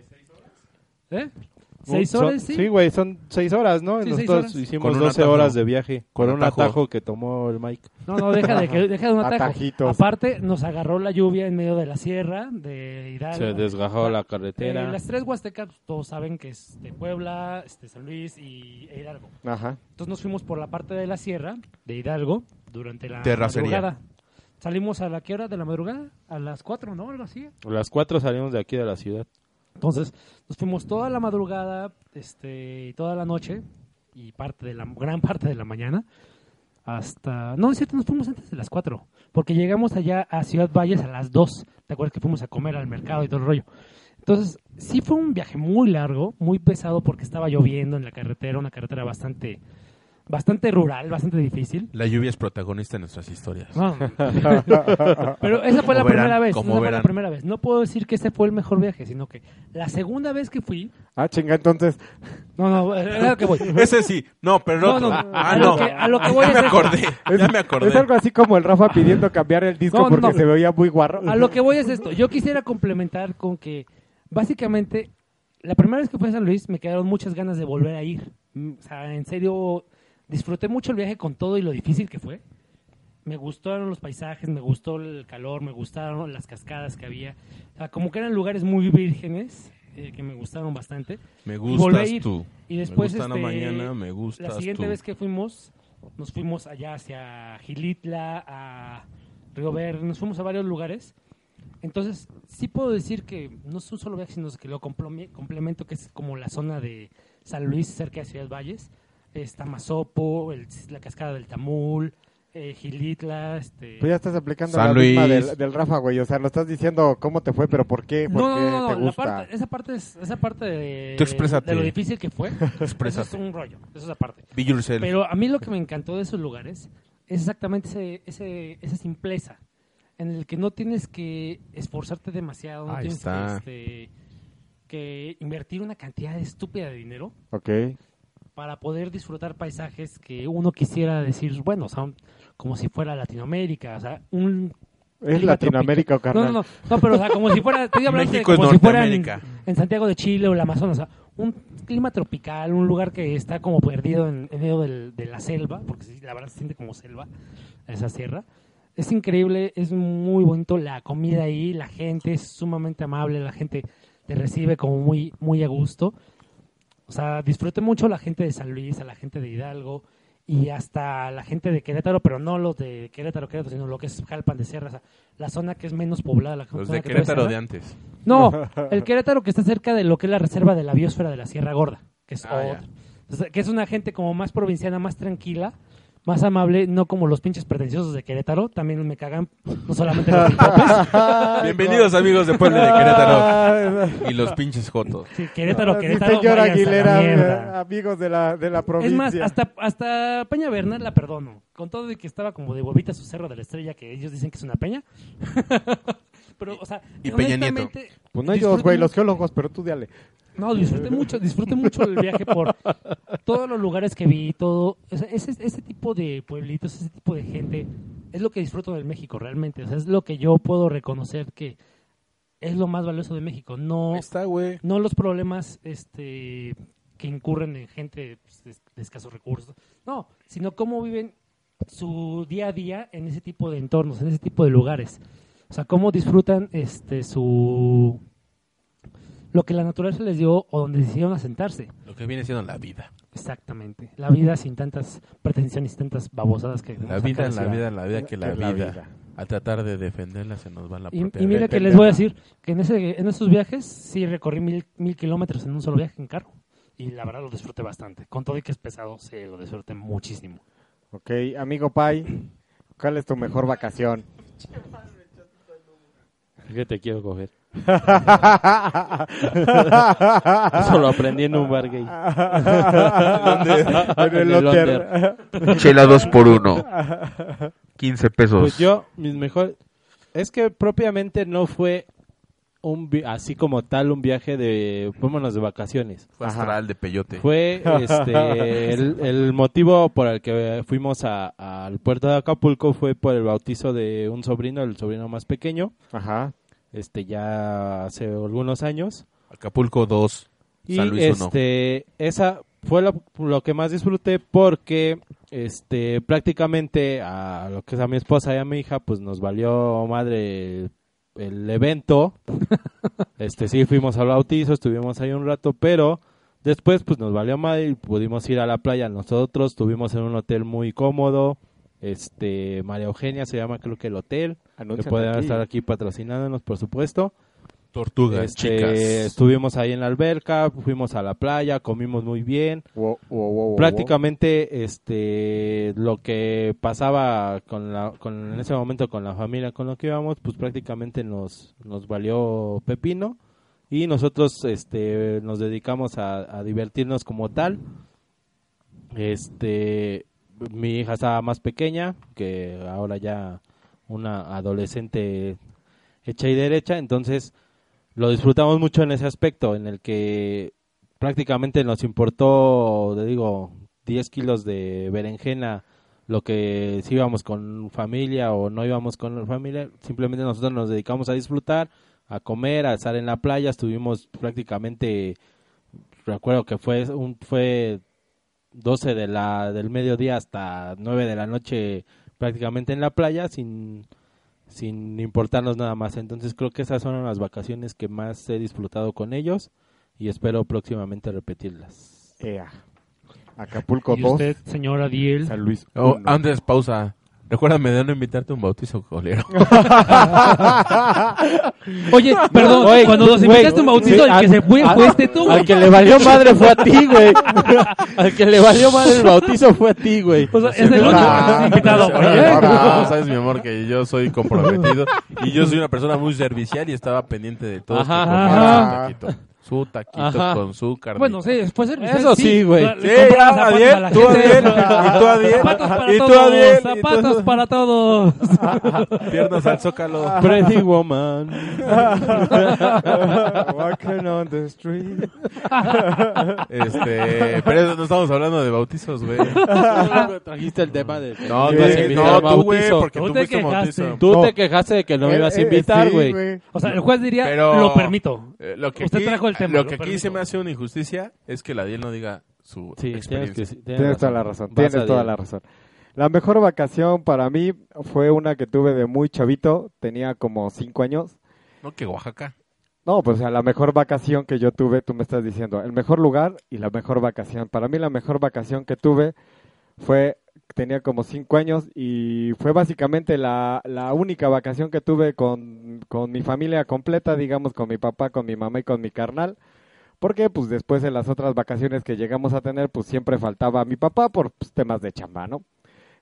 ¿Eh? Uh, ¿Seis Son- horas? Sí. güey, son seis horas, ¿no? Sí, seis Nosotros horas. hicimos Con un 12 atajo. horas de viaje con Con un atajo. atajo. que tomó el Mike. No, no, deja de, que, deja de un atajo. Atajitos. Aparte, nos agarró la lluvia en medio de la sierra de Hidalgo. Se desgajó la Eh, carretera. las tres Huastecas, todos saben que es de Puebla, este, San Luis y e Hidalgo. Ajá. Entonces nos fuimos por la parte de la sierra de Hidalgo durante la Terracería. madrugada. Salimos a la qué hora de la madrugada? A las cuatro, ¿no? Algo así. A las cuatro salimos de aquí de la ciudad. Entonces nos fuimos toda la madrugada, este, y toda la noche y parte de la gran parte de la mañana hasta no es cierto nos fuimos antes de las cuatro porque llegamos allá a Ciudad Valles a las dos te acuerdas que fuimos a comer al mercado y todo el rollo entonces sí fue un viaje muy largo muy pesado porque estaba lloviendo en la carretera una carretera bastante bastante rural, bastante difícil. La lluvia es protagonista de nuestras historias. No. Pero esa Como fue la verán, primera vez. como esa fue la verán. primera vez. No puedo decir que ese fue el mejor viaje, sino que la segunda vez que fui. Ah, chinga, entonces. No, no, era lo que voy. Ese sí, no, pero el No, otro. no, ah, a no. lo que- a lo que voy ya es me eso. acordé, Es, ya me acordé. es algo así como el Rafa pidiendo cambiar el disco No, no, porque no. se veía muy guarro. A lo que voy es esto. Yo quisiera complementar con que, básicamente, la primera vez que fui a San Luis me quedaron muchas ganas de volver a ir. Mm, O sea, en serio, disfruté mucho el viaje con todo y lo difícil que fue. Me gustaron los paisajes, me gustó el calor, me gustaron las cascadas que había. O sea, como que eran lugares muy vírgenes, eh, que me gustaron bastante. Me volví a gustas ir. tú. Y después, me gustan este, a mañana, me gustas La siguiente tú. vez que fuimos, nos fuimos allá hacia Gilitla, a Río Verde, nos fuimos a varios lugares. Entonces, sí puedo decir que no es un solo viaje, sino que lo complome- complemento, que es como la zona de San Luis, cerca de Ciudad Valles. Está Mazopo, el- la cascada del Tamul, eh, Gilitla. Este... Tú ya estás aplicando San la misma Luis. del, del Rafa, güey. O sea, lo estás diciendo cómo te fue, pero por qué, por No, no, qué no, no, te la gusta. parte, esa parte es, esa parte de, Tú exprésate. de lo difícil que fue. Eso es Exprésate. un rollo, eso es aparte. Be yourself. Pero a mí lo que me encantó de esos lugares es exactamente ese, ese- esa simpleza en el que no tienes que esforzarte demasiado, no Ahí tienes está. Que, este, que invertir una cantidad estúpida de dinero Ok. para poder disfrutar paisajes que uno quisiera decir, bueno, son como si fuera Latinoamérica, o sea, un... Es clima Latinoamérica, tropical. carnal. No, no, no, no, pero o sea, como si fuera, estoy hablando de México es como si fuera en, Norteamérica. en Santiago de Chile o el Amazonas, o sea, un clima tropical, un lugar que está como perdido en, en medio del- de la selva, porque sí, la verdad se siente como selva, esa sierra. Es increíble, es muy bonito la comida ahí, la gente es sumamente amable, la gente te recibe como muy, muy a gusto. O sea, disfruté mucho a la gente de San Luis, a la gente de Hidalgo y hasta a la gente de Querétaro, pero no los de Querétaro, Querétaro, sino lo que es Jalpan de Sierra, o sea, la zona que es menos poblada. La Los zona de que todavía está- Querétaro de antes. No, el Querétaro que está cerca de lo que es la reserva de la biosfera de la Sierra Gorda, que es Ah, ya. otro. O sea, que es una gente como más provinciana, más tranquila, más amable, no como los pinches pretenciosos de Querétaro, también me cagan, no solamente los hipopes. Bienvenidos amigos de Puebla y de Querétaro. y los pinches jotos. Sí, Ah, Querétaro, Sí, Querétaro, señora váyanse a la Aguilera, mierda. eh, amigos de la, de la provincia. Es más, hasta, hasta Peña Bernal la perdono. Con todo de que estaba como de huevita su cerro de la estrella, que ellos dicen que es una peña. Pero, o sea, Y Peña Nieto. honestamente, Pues no ellos, disfruté güey, mu- los geólogos, pero tú dale. No, disfruté mucho, disfruté mucho el viaje por todos los lugares que vi, todo. O sea, ese, ese tipo de pueblitos, ese tipo de gente, es lo que disfruto del México realmente. O sea, es lo que yo puedo reconocer que es lo más valioso de México. No, Ahí está, güey. no los problemas este que incurren en gente pues, de, de escasos recursos, no, sino cómo viven su día a día en ese tipo de entornos, en ese tipo de lugares. O sea, cómo disfrutan este su lo que la naturaleza les dio o donde decidieron asentarse. Lo que viene siendo la vida. Exactamente. La vida sin tantas pretensiones y tantas babosadas que La nos vida, saca la ciudad. vida, la vida, que la Que la vida. vida. Al tratar de defenderla se nos va la propia Y, y mira vida. que les voy a decir que en, ese, en esos viajes sí recorrí mil, mil kilómetros en un solo viaje en carro. Y la verdad lo disfruté bastante. Con todo y que es pesado, sí, lo disfruté muchísimo. Ok, amigo Pai, ¿cuál es tu mejor vacación? Que te quiero coger. Eso lo Solo aprendí en un bar gay. en el En el hotel. Chela 2 por 1 15 pesos. Pues yo, mis mejor... Es que propiamente no fue un vi- así como tal un viaje de... Vámonos de vacaciones. Fue astral de peyote. Fue este, el, el motivo por el que fuimos a- al puerto de Acapulco fue por el bautizo de un sobrino, el sobrino más pequeño, Ajá. este ya hace algunos años. Acapulco 2, Y San Luis 1. este, esa fue lo, lo que más disfruté porque este prácticamente a lo que es a mi esposa y a mi hija pues nos valió madre el, el evento. Este sí fuimos al bautizo, estuvimos ahí un rato, pero después pues nos valió madre y pudimos ir a la playa nosotros, estuvimos en un hotel muy cómodo. Este María Eugenia se llama creo que el hotel, que Anuncian puede aquí. estar aquí patrocinándonos por supuesto. Tortugas, Este, chicas. Estuvimos ahí en la alberca, fuimos a la playa, comimos muy bien. Wo- wo- wo- wo- Prácticamente este lo que pasaba con la con en ese momento con la familia con lo que íbamos, pues prácticamente nos nos valió pepino y nosotros este nos dedicamos a, a divertirnos como tal. Este, mi hija estaba más pequeña, que ahora ya una adolescente hecha y derecha, entonces lo disfrutamos mucho en ese aspecto, en el que prácticamente nos importó, te digo, 10 kilos de berenjena, lo que si íbamos con familia o no íbamos con familia, simplemente nosotros nos dedicamos a disfrutar, a comer, a estar en la playa, estuvimos prácticamente, recuerdo que fue, un, fue 12 de la, del mediodía hasta 9 de la noche prácticamente en la playa sin, sin importarnos nada más. Entonces creo que esas son las vacaciones que más he disfrutado con ellos y espero próximamente repetirlas. Ea. Acapulco y 2, usted, señor Adiel, San Luis Oh, 1. antes, pausa. Recuérdame de no invitarte a un bautizo colero. Oye, perdón, Güey, cuando nos güey, invitaste a un bautizo, sí, el que al- se fue al- fue este tú. Al que le valió madre fue a ti, güey. Al que le valió madre el bautizo fue a ti, güey. O sea, es el Ah, único invitado, Ahora, güey. ahora, no, Ah, sabes, mi amor, que yo soy comprometido y yo soy una persona muy servicial y estaba pendiente de todo. Ajá. su taquito, su taquito Ajá. con su carne. Bueno, sí, después el Eso sí, güey. Le compraba zapatos a la gente. tú Adiel, Zapatos para todos, zapatos para todos. piernas al zócalo. Pretty Woman. Walking on the street. Este, pero eso no estamos hablando de bautizos, güey. Trajiste el tema de. No, de- tú, de sí, invitar no, al tú, güey, bautizo. porque Tú tú te fuiste quejaste. bautizo. Tú No. te quejaste de que no me Eh, ibas a eh, invitar, sí, güey. O sea, el juez diría, Pero- lo permito. Eh, lo que Usted aquí, trajo el tema, Lo lo que aquí permito. se me hace una injusticia es que la Diel no diga su Sí, tienes, experiencia. que, sí, tienes Tienes toda la razón, Vas tienes a toda Diel. la razón. La mejor vacación para mí fue una que tuve de muy chavito, tenía como cinco años. No, que Oaxaca. No, pues a la mejor vacación que yo tuve, tú me estás diciendo, el mejor lugar y la mejor vacación. Para mí la mejor vacación que tuve fue, tenía como cinco años y fue básicamente la, la única vacación que tuve con, con mi familia completa, digamos, con mi papá, con mi mamá y con mi carnal. Porque pues después en las otras vacaciones que llegamos a tener, pues siempre faltaba mi papá por pues, temas de chamba, ¿no?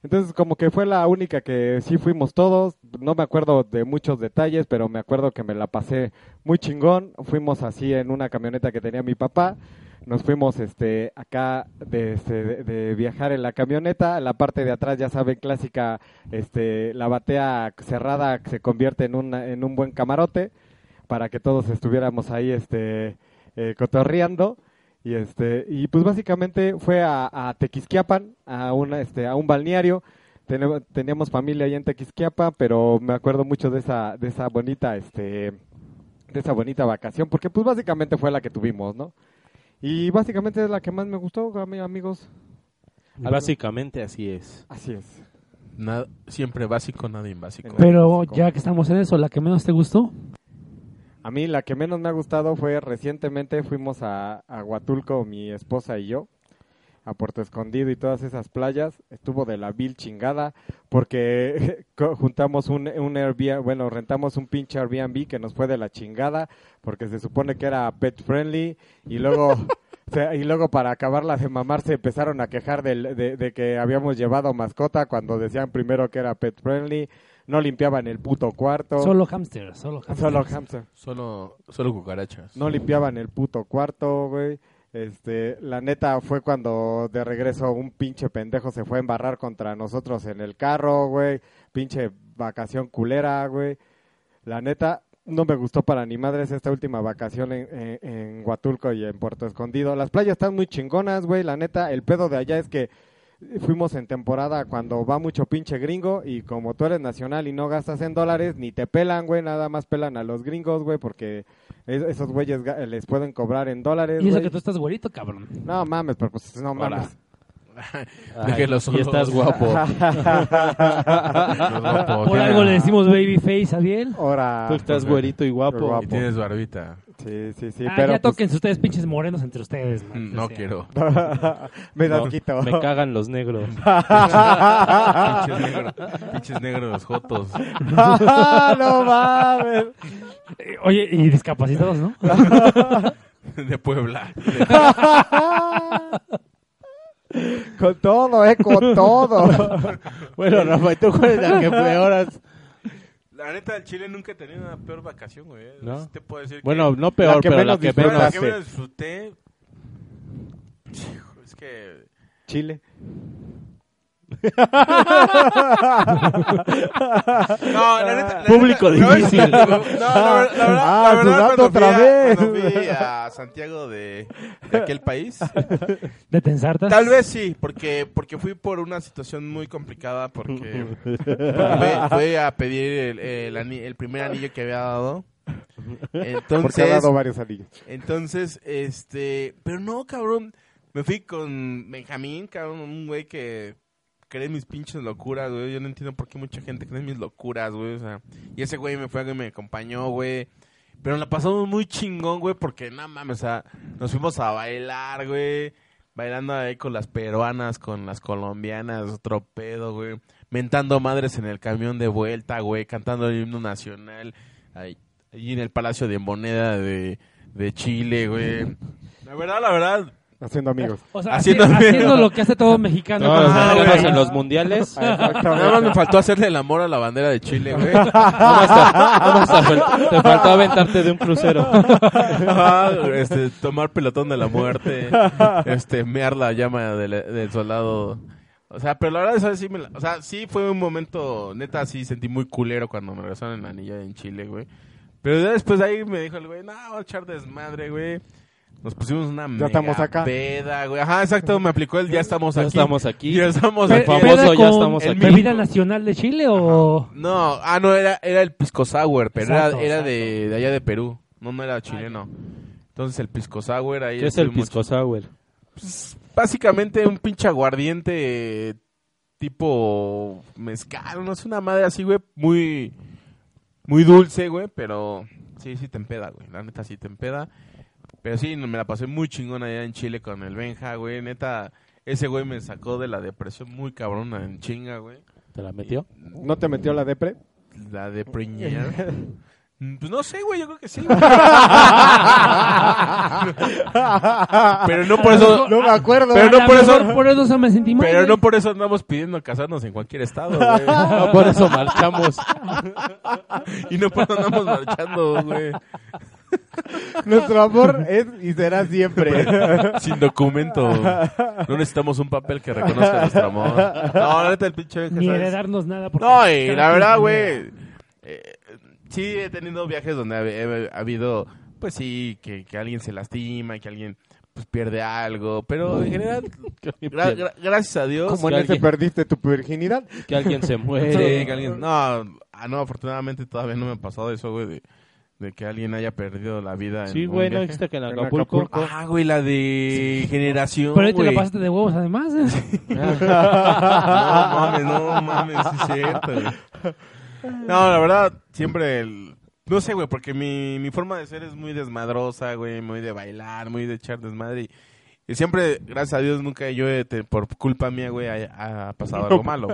Entonces, como que fue la única que sí fuimos todos. No me acuerdo de muchos detalles, pero me acuerdo que me la pasé muy chingón. Fuimos así en una camioneta que tenía mi papá. Nos fuimos este acá de, este, de- de viajar en la camioneta. La parte de atrás, ya saben, clásica, este, la batea cerrada que se convierte en, una- en un buen camarote para que todos estuviéramos ahí este, eh, cotorreando. Y este, y pues básicamente fue a, a Tequisquiapan, a una, este, a un balneario. Tenem- Teníamos familia ahí en Tequisquiapan, pero me acuerdo mucho de esa, de esa bonita, este, de esa bonita vacación, porque pues básicamente fue la que tuvimos, ¿no? Y básicamente es la que más me gustó, ami- amigos. Básicamente así es. Así es. Nada- siempre básico, nada invasivo. Pero ya que estamos en eso, la que menos te gustó. A mí la que menos me ha gustado fue recientemente fuimos a, a Huatulco, mi esposa y yo, a Puerto Escondido y todas esas playas. Estuvo de la vil chingada porque co- juntamos un, un Airbnb, bueno, rentamos un pinche Airbnb que nos fue de la chingada porque se supone que era pet friendly y luego... o sea, Y luego para acabarla de mamar se empezaron a quejar del- de, de que habíamos llevado mascota cuando decían primero que era pet friendly, no limpiaban el puto cuarto, Solo hamster, solo hamster. solo hamster. Solo, solo cucarachas. No limpiaban el puto cuarto, güey. Este, la neta fue cuando de regreso un pinche pendejo se fue a embarrar contra nosotros en el carro, güey. Pinche vacación culera, güey. La neta no me gustó para ni madres esta última vacación en, en- en Huatulco y en Puerto Escondido. Las playas están muy chingonas, güey. La neta, el pedo de allá es que fuimos en temporada cuando va mucho pinche gringo y como tú eres nacional y no gastas en dólares, ni te pelan, güey. Nada más pelan a los gringos, güey, porque es- esos güeyes ga- les pueden cobrar en dólares. Y eso güey. que tú estás güerito, cabrón. No mames, pero pues no mames. Déjelo y solo. estás guapo. Los guapos, Por ya. algo le decimos babyface a Adiel. Ahora. Tú estás güerito y guapo. guapo. Y tienes barbita. Sí, sí, sí, Ah, pero. ya pues, tóquense ustedes pinches morenos entre ustedes. man, Mm, No o sea. quiero. me das No, quito. Me cagan los negros. Pinches negros, pinches negros jotos. no mames. Eh, Oye, y discapacitados, ¿no? De Puebla. Con todo, eh, con todo. bueno, Rafa, ¿y tú cuál es la que peoras? La neta, el Chile nunca he tenido una peor vacación, güey. ¿No? Sí Te puedo decir que- Bueno, no peor, que pero la menos que Pero menos. la disfrutas. que me disfruté. Hijo, es que Chile. No, la neta. la Público neta- difícil. No, la ver- la, verdad. Ah, la verdad, sudando cuando otra fui a- vez. cuando fui a Santiago de, de aquel país. ¿De Tensartas? Tal vez sí, porque, porque fui por una situación muy complicada. Porque fue, fue a pedir el, el ani- el primer anillo que había dado. Porque ha Entonces, dado varios anillos. entonces, este, pero no, cabrón, me fui con Benjamín, cabrón, un güey que cree mis pinches locuras, güey, yo no entiendo por qué mucha gente cree mis locuras, güey, o sea, y ese güey me fue y me acompañó, güey, pero la pasamos muy chingón, güey, porque nada mames, o sea, nos fuimos a bailar, güey, bailando ahí con las peruanas, con las colombianas, otro pedo, güey, mentando madres en el camión de vuelta, güey, cantando el himno nacional, ahí, ahí en el Palacio de Moneda de, de Chile, güey. La verdad, la verdad, Haciendo amigos. O sea, haci- Haciendo- haciendo, lo que hace todo mexicano. No, Ah, o sea, nada güey. más en los mundiales. nada más me faltó hacerle el amor a la bandera de Chile, güey. Nada más te- nada más te fal- te faltó aventarte de un crucero. Ah, este, tomar pelotón de la muerte, este, mear la llama del, del soldado. O sea, pero la verdad es que sí, me la- o sea, sí fue un momento, neta, sí sentí muy culero cuando me regresaron en la anilla en Chile, güey. Pero ya después ahí me dijo el güey, no, voy a echar desmadre, güey. Nos pusimos una mega estamos acá. peda, güey. Ajá, exacto, me aplicó el ya estamos Ya aquí. estamos aquí. Ya estamos Pe- aquí. famoso, pe- ya estamos aquí. ¿Bebida nacional de Chile o...? No, ah, no, era, era el pisco sour, pero Exacto, era, era de, de allá de Perú. No, no era chileno. Entonces el pisco sour ahí... ¿Qué es el estuvimos- pisco sour? Básicamente un pinche aguardiente eh, tipo mezcal, no es una madre así, güey, muy... Muy dulce, güey, pero sí, sí te empeda, güey. La neta sí te empeda. Pero sí, me la pasé muy chingona allá en Chile con el Benja, güey. Neta, ese güey me sacó de la depresión muy cabrona en chinga, güey. ¿Te la metió? ¿No te metió la depre? La de Preñar. Mm, Pues no sé, güey, yo creo que sí. güey. pero no por eso, No me acuerdo. Pero A no la por mejor eso- Por eso me sentí mal. pero no güey. por eso andamos pidiendo casarnos en cualquier estado, güey. No, por eso marchamos. Y no por eso andamos marchando, güey. Nuestro amor es y será siempre. Sin documento. No necesitamos un papel que reconozca nuestro amor. No, la neta el pinche Benja, Ni ¿sabes? heredarnos nada. porque No, y cada la quien verdad, tiene- güey. eh, sí, he tenido viajes donde ha, ha- ha habido, pues sí, que, que alguien se lastima, que alguien pues pierde algo, pero en general, gra- gra- gracias a Dios. Como en que ese alguien- perdiste tu virginidad. Que alguien se Sí, muere. que alguien- no, ah, no, afortunadamente todavía no me ha pasado eso, güey, de, de que alguien haya perdido la vida. en Sí, un güey, ¿no viaje. este dijiste que en En Acapulco? Acapulco. Ah, güey, la de generación. Pero ahí te la güey. pasaste de huevos además. ¿eh? No mames, no mames, sí es cierto. güey. No, la verdad, siempre el... No sé, güey, porque mi, mi forma de ser es muy desmadrosa, güey, muy de bailar, muy de echar desmadre. Y, y siempre, gracias a Dios, nunca yo, he te- por culpa mía, güey, ha, ha pasado algo malo.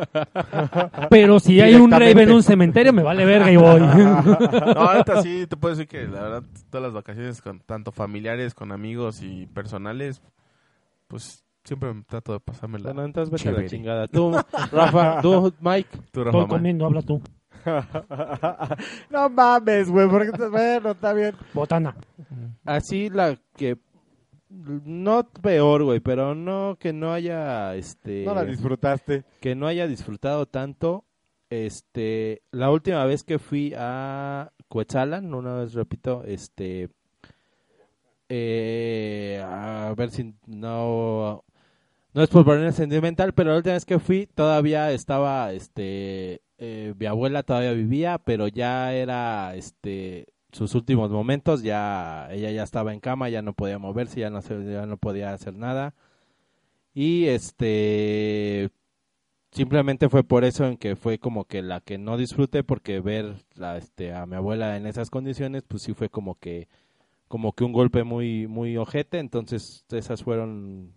Pero si hay un rave en Directamente. un cementerio, me vale verga y voy. No, ahorita sí, te puedo decir que la verdad, todas las vacaciones, con tanto familiares, con amigos y personales, pues siempre trato de pasármela. Bueno, entonces vete a Chévere. la chingada. Tú, Rafa, tú, Mike. Tú, Rafa, Estoy man. comiendo, habla tú. no mames, güey, porque bueno, está bien. Botana. Así la que... No peor, güey, pero no que no haya, este... No la disfrutaste. que no haya disfrutado tanto. Este, la última vez que fui a Coetzalan, una vez repito, este, eh, a ver si no, no es por ponerme sentimental, pero la última vez que fui todavía estaba, este, eh, mi abuela todavía vivía, pero ya era, este, sus últimos momentos, ya, ella ya estaba en cama, ya no podía moverse, ya no, se- ya no podía hacer nada. Y este, simplemente fue por eso en que fue como que la que no disfruté porque ver la, este, a mi abuela en esas condiciones pues sí fue como que como que un golpe muy muy ojete entonces esas fueron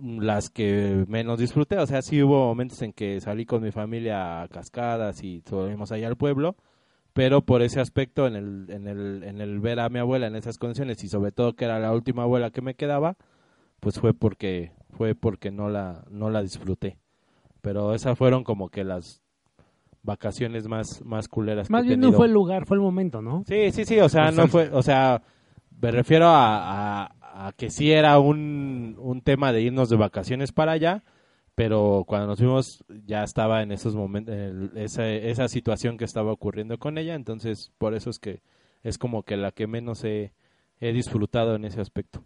las que menos disfruté o sea sí hubo momentos en que salí con mi familia a cascadas y subimos allá al pueblo pero por ese aspecto en el, en el en el ver a mi abuela en esas condiciones y sobre todo que era la última abuela que me quedaba pues fue porque fue porque no la no la disfruté pero esas fueron como que las vacaciones más más culeras Más que he bien no tenido. fue el lugar, fue el momento, ¿no? Sí, sí, sí, o sea, no fue, o sea, me refiero a, a- a, a que sí era un, un tema de irnos de vacaciones para allá, pero cuando nos fuimos ya estaba en esos momentos, el- esa, esa situación que estaba ocurriendo con ella, entonces por eso es que es como que la que menos he, he disfrutado en ese aspecto.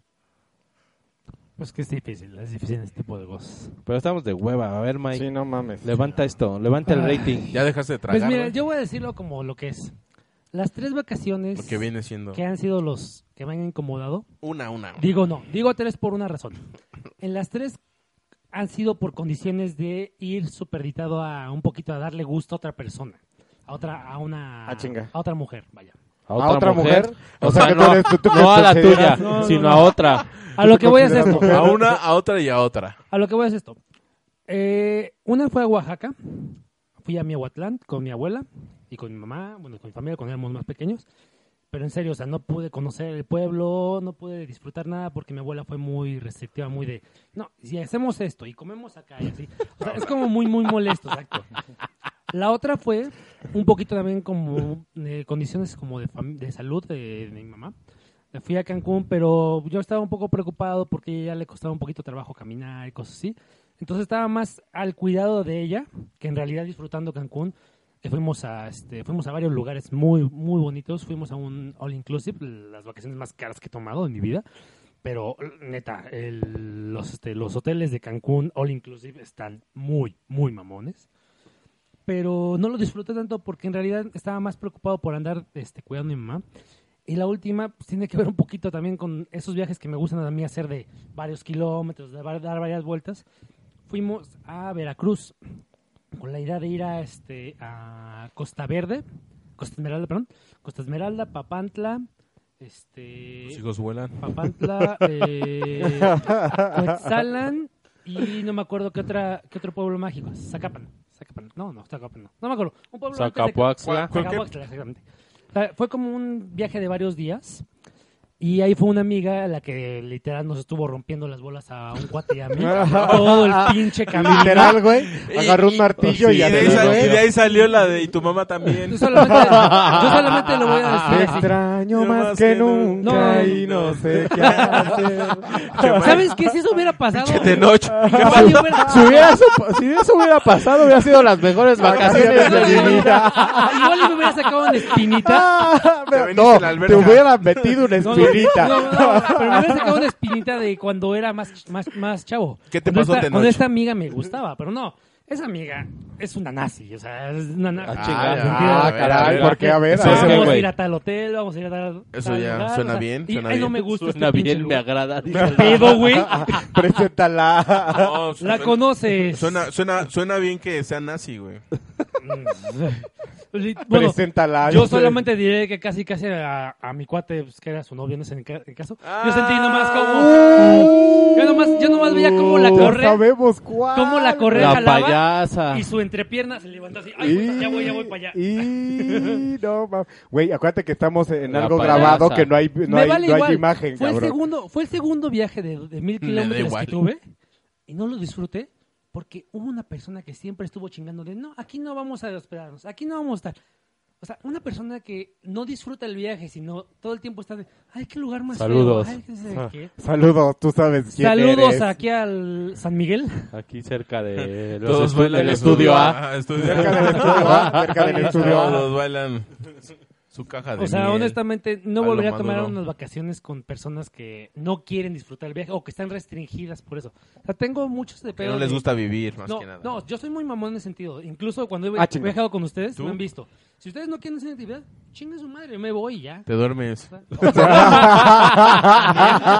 Pues que es difícil, es difícil este tipo de cosas. Pero estamos de hueva, a ver Mike, Sí, no mames. levanta esto, levanta el Ay. rating. Ya dejaste de tragar. Pues mira, güey? yo voy a decirlo como lo que es. Las tres vacaciones Lo que viene siendo. que han sido los que me han incomodado, Una, una. una. digo no, digo tres por una razón. En las tres han sido por condiciones de ir superditado a un poquito a darle gusto a otra persona, a otra a una Ah, chinga. a otra mujer, vaya. ¿A otra mujer? O, O sea, sea, que tú no, eres- tú- tú no a la tuya, consideras- No, no, sino no. a otra. A lo que voy es consideras esto. A una, a otra y a otra. A lo que voy es esto. Eh, una fue a Oaxaca. Fui a Miahuatlán con mi abuela y con mi mamá, bueno, con mi familia cuando éramos más pequeños. Pero en serio, o sea, no pude conocer el pueblo, no pude disfrutar nada porque mi abuela fue muy restrictiva, muy de, no, si hacemos esto y comemos acá y así. O sea, es como muy, muy molesto, exacto. La otra fue un poquito también como de condiciones como de, fam- de salud de, de mi mamá. Me Fui a Cancún, pero yo estaba un poco preocupado porque ya le costaba un poquito trabajo caminar y cosas así. Entonces estaba más al cuidado de ella que en realidad disfrutando Cancún. Que fuimos a este, fuimos a varios lugares muy muy bonitos. Fuimos a un all inclusive, las vacaciones más caras que he tomado en mi vida. Pero neta, el- los este, los hoteles de Cancún all inclusive están muy muy mamones. Pero no lo disfruté tanto porque en realidad estaba más preocupado por andar este, cuidando a mi mamá. Y la última pues, tiene que ver un poquito también con esos viajes que me gustan a mí hacer de varios kilómetros, de va- dar varias vueltas. Fuimos a Veracruz con la idea de ir a este a Costa Verde, Costa Esmeralda, perdón, Costa Esmeralda, Papantla, este Los hijos vuelan. Papantla, eh, Cuetzalan y no me acuerdo qué otra qué otro pueblo mágico, Zacapan, Zacapan, no, no, Zacapan, no, no me acuerdo, un pueblo antes de- Zacapuaxtla. ¿Cuál- Zacapuaxtla, exactamente. O sea, Fue como un viaje de varios días. Y ahí fue una amiga la que literal nos estuvo rompiendo las bolas a un cuate y a mí. todo el pinche camino. Literal, güey. Agarró un martillo Y y de, ahí así, sal- y güey. de ahí salió la de. Y tu mamá también. Yo solamente, yo solamente lo voy a Te decir así. extraño Yo más que nunca No. y no sé qué hacer. ¿Sabes qué? Si eso hubiera pasado. De noche. Oye, hubiera- Si, hubiera, supo- si eso hubiera pasado, hubiera sido las mejores vacaciones No, de mi vida. Igual y me hubiera sacado una espinita. Ah, pero veniste no, a la te alberca. hubieran metido una No, no, espirita. no, no, no, pero me hubiera sacado una espinita de cuando era más, más, más chavo. ¿Qué te Cuando pasó esta- de Cuando noche? esta amiga me gustaba, pero no. Esa amiga es una nazi, o sea, es una nazi. Ah, chingada. Ah, A ver, a caray, ver, porque a ver, eso a ver. es el vamos a güey. ir a tal hotel, vamos a ir a tal. Eso tal ya suena bien, y, suena ay, no bien. me gusta. Suena este bien, pinche me lugar. agrada. dice ¿Qué el- pedo, güey? Preséntala. No, Ah, La suena- conoces. Suena, suena, suena bien que sea nazi, güey. Li- bueno, Preséntala. yo solamente diré que casi, casi a, a mi cuate, pues, que era su novio en ese ca- caso. Yo sentí nomás ¡Uh! como. Yo nomás, yo nomás veía cómo la No correa, sabemos cuál. cómo la correa La jalaba payasa. y su entrepierna se levantó así. Ay, güey, ya voy, ya voy para allá. Y no mames. Güey, acuérdate que estamos en La algo payasa. grabado que no hay, no me hay, vale no hay igual. imagen, fue, el cabrón. segundo, fue el segundo viaje de, de mil da kilómetros que igual. tuve y no lo disfruté porque hubo una persona que siempre estuvo chingando de no, aquí no vamos a hospedarnos, aquí no vamos a estar. O sea, una persona que no disfruta el viaje, sino todo el tiempo está de, ay, qué lugar más feo, Saludos. ay, qué sé qué". Saludos, tú sabes Ah. quién Saludos eres. aquí al San Miguel. Aquí cerca de los Todos estu- bailan del en su- estudio A. Ah, estudio Cerca del A. estudio, ¿va? Cerca del Ahí está. estudio. Todos bailan su- su caja de O sea, miel. honestamente, no a lo volvería a tomar maduro. unas vacaciones con personas que no quieren disfrutar el viaje o que están restringidas por eso. O sea, tengo muchos de Que no pedos les de- gusta vivir, más no, que nada. no, yo soy muy mamón en ese sentido. Incluso cuando he Ah, he chinga. viajado con ustedes, ¿Tú? me han visto. Si ustedes no quieren hacer actividad, chingue su madre, yo me voy y ya. Te duermes.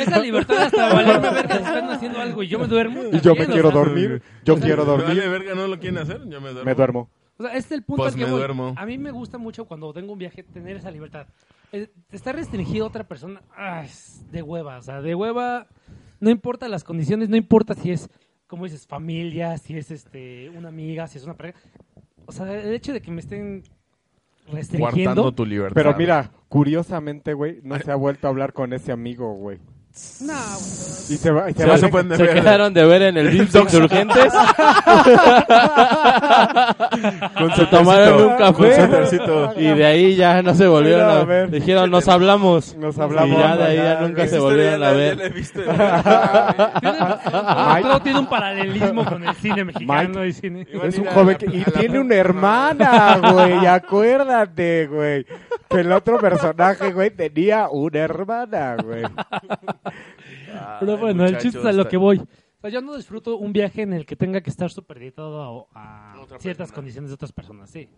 Esa libertad hasta valerme verga si están haciendo algo y yo me duermo. Y yo me también, o quiero sea, dormir. Yo quiero Vale, dormir. verga, no lo quieren hacer. Yo Mm. me duermo. Me duermo. O sea, este es el punto Pues al que me voy. duermo. A mí me gusta mucho cuando tengo un viaje tener esa libertad. Eh, estar restringido a otra persona, ah, es de hueva. O sea, de hueva, no importa las condiciones, no importa si es, como dices, familia, si es este una amiga, si es una pareja. O sea, el hecho de que me estén Guardando restringiendo. tu libertad. Pero mira, curiosamente, güey, no se ha vuelto a hablar con ese amigo, güey. No, Y se, va- y se Se van hace a- pueden Se deber. quedaron de ver en el Vips de Insurgentes. se tomaron un café. tercito. Y de ahí ya no se volvieron Mira, a a ver. ver. Dijeron, nos hablamos. Nos hablamos. Y ya de ahí ya Ya, nunca güey. se volvieron a ver. tiene, Mike. todo tiene un paralelismo con el cine mexicano y cine. Igual Es ir un a joven la- que... a Y la tiene per- una hermana, güey. Acuérdate, güey. Que el otro personaje, güey, tenía una hermana, güey. Pero bueno, el chiste es a lo Ah, muchachos, que voy. O sea, yo no disfruto un viaje en el que tenga que estar supeditado a, a Otra ciertas persona. condiciones de otras personas, sí.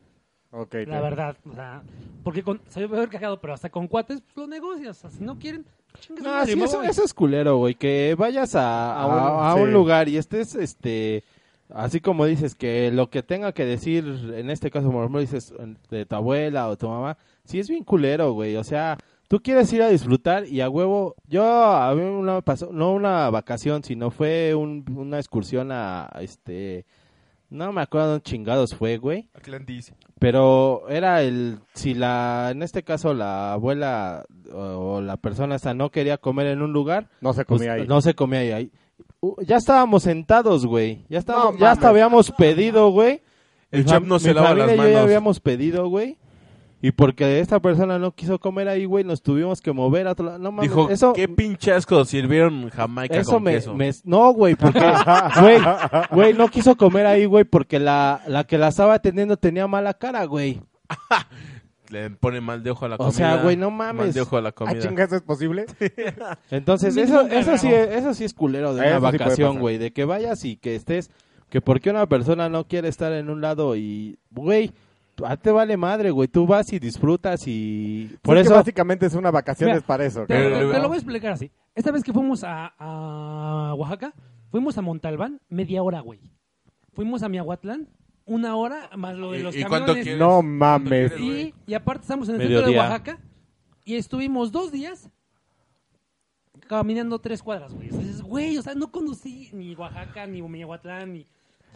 Ok. La verdad, o sea, porque con, soy peor cagado, pero hasta con cuates, pues lo negocias. O sea, si no quieren, pues, chingas No, sí, eso, eso es culero, güey. Que vayas a, A un- a- a sí. un lugar y estés, este, así como dices, que lo que tenga que decir, en este caso, por ejemplo, dices de tu abuela o tu mamá, sí es bien culero, güey. O sea, tú quieres ir a disfrutar y a huevo. Yo, a mí una me pasó- no una vacación, sino fue un- una excursión a, a este, no me acuerdo dónde chingados fue, güey. Atlantis. Pero era el, si la, en este caso la abuela o, o la persona esa no quería comer en un lugar, No se pues, comía ahí. no se comía ahí. ahí. Uh, ya estábamos sentados, güey. Ya estábamos, No ya hasta mames. habíamos pedido, güey. El Mi chap fa- no se mi lava familia las y yo ya manos. habíamos pedido, güey. Y porque esta persona no quiso comer ahí, güey, nos tuvimos que mover a otro lado. No mames, Dijo, eso, qué pinche asco sirvieron Jamaica eso con me, queso. me- No, güey, porque... Güey, güey, no quiso comer ahí, güey, porque la, la que la estaba atendiendo tenía mala cara, güey. Le pone mal de ojo a la comida. O sea, güey, no Mal mames. de ojo a la Ah, comida. chinga, ¿eso es posible? Entonces, Mínimo eso, un eso sí, carajo. es- eso sí es culero de una Eso sí puede vacación, pasar. güey, de que vayas y que estés, que porque una persona no quiere estar en un lado y, güey, a te vale madre, güey, tú vas y disfrutas y por Es que eso básicamente es una vacación Mira, es para eso. Te, Pero- cabrón. te- te lo voy a explicar así. Esta vez que fuimos a, a Oaxaca, fuimos a Montalbán media hora, güey. Fuimos a Miahuatlán una hora más lo de ¿Y- los y cuánto camiones. quieres? No mames. quieres? Y, y aparte estamos en el Mediodía. centro de Oaxaca y estuvimos dos días caminando tres cuadras, güey. Entonces, güey, o sea, no conocí ni Oaxaca, ni Miahuatlán, ni...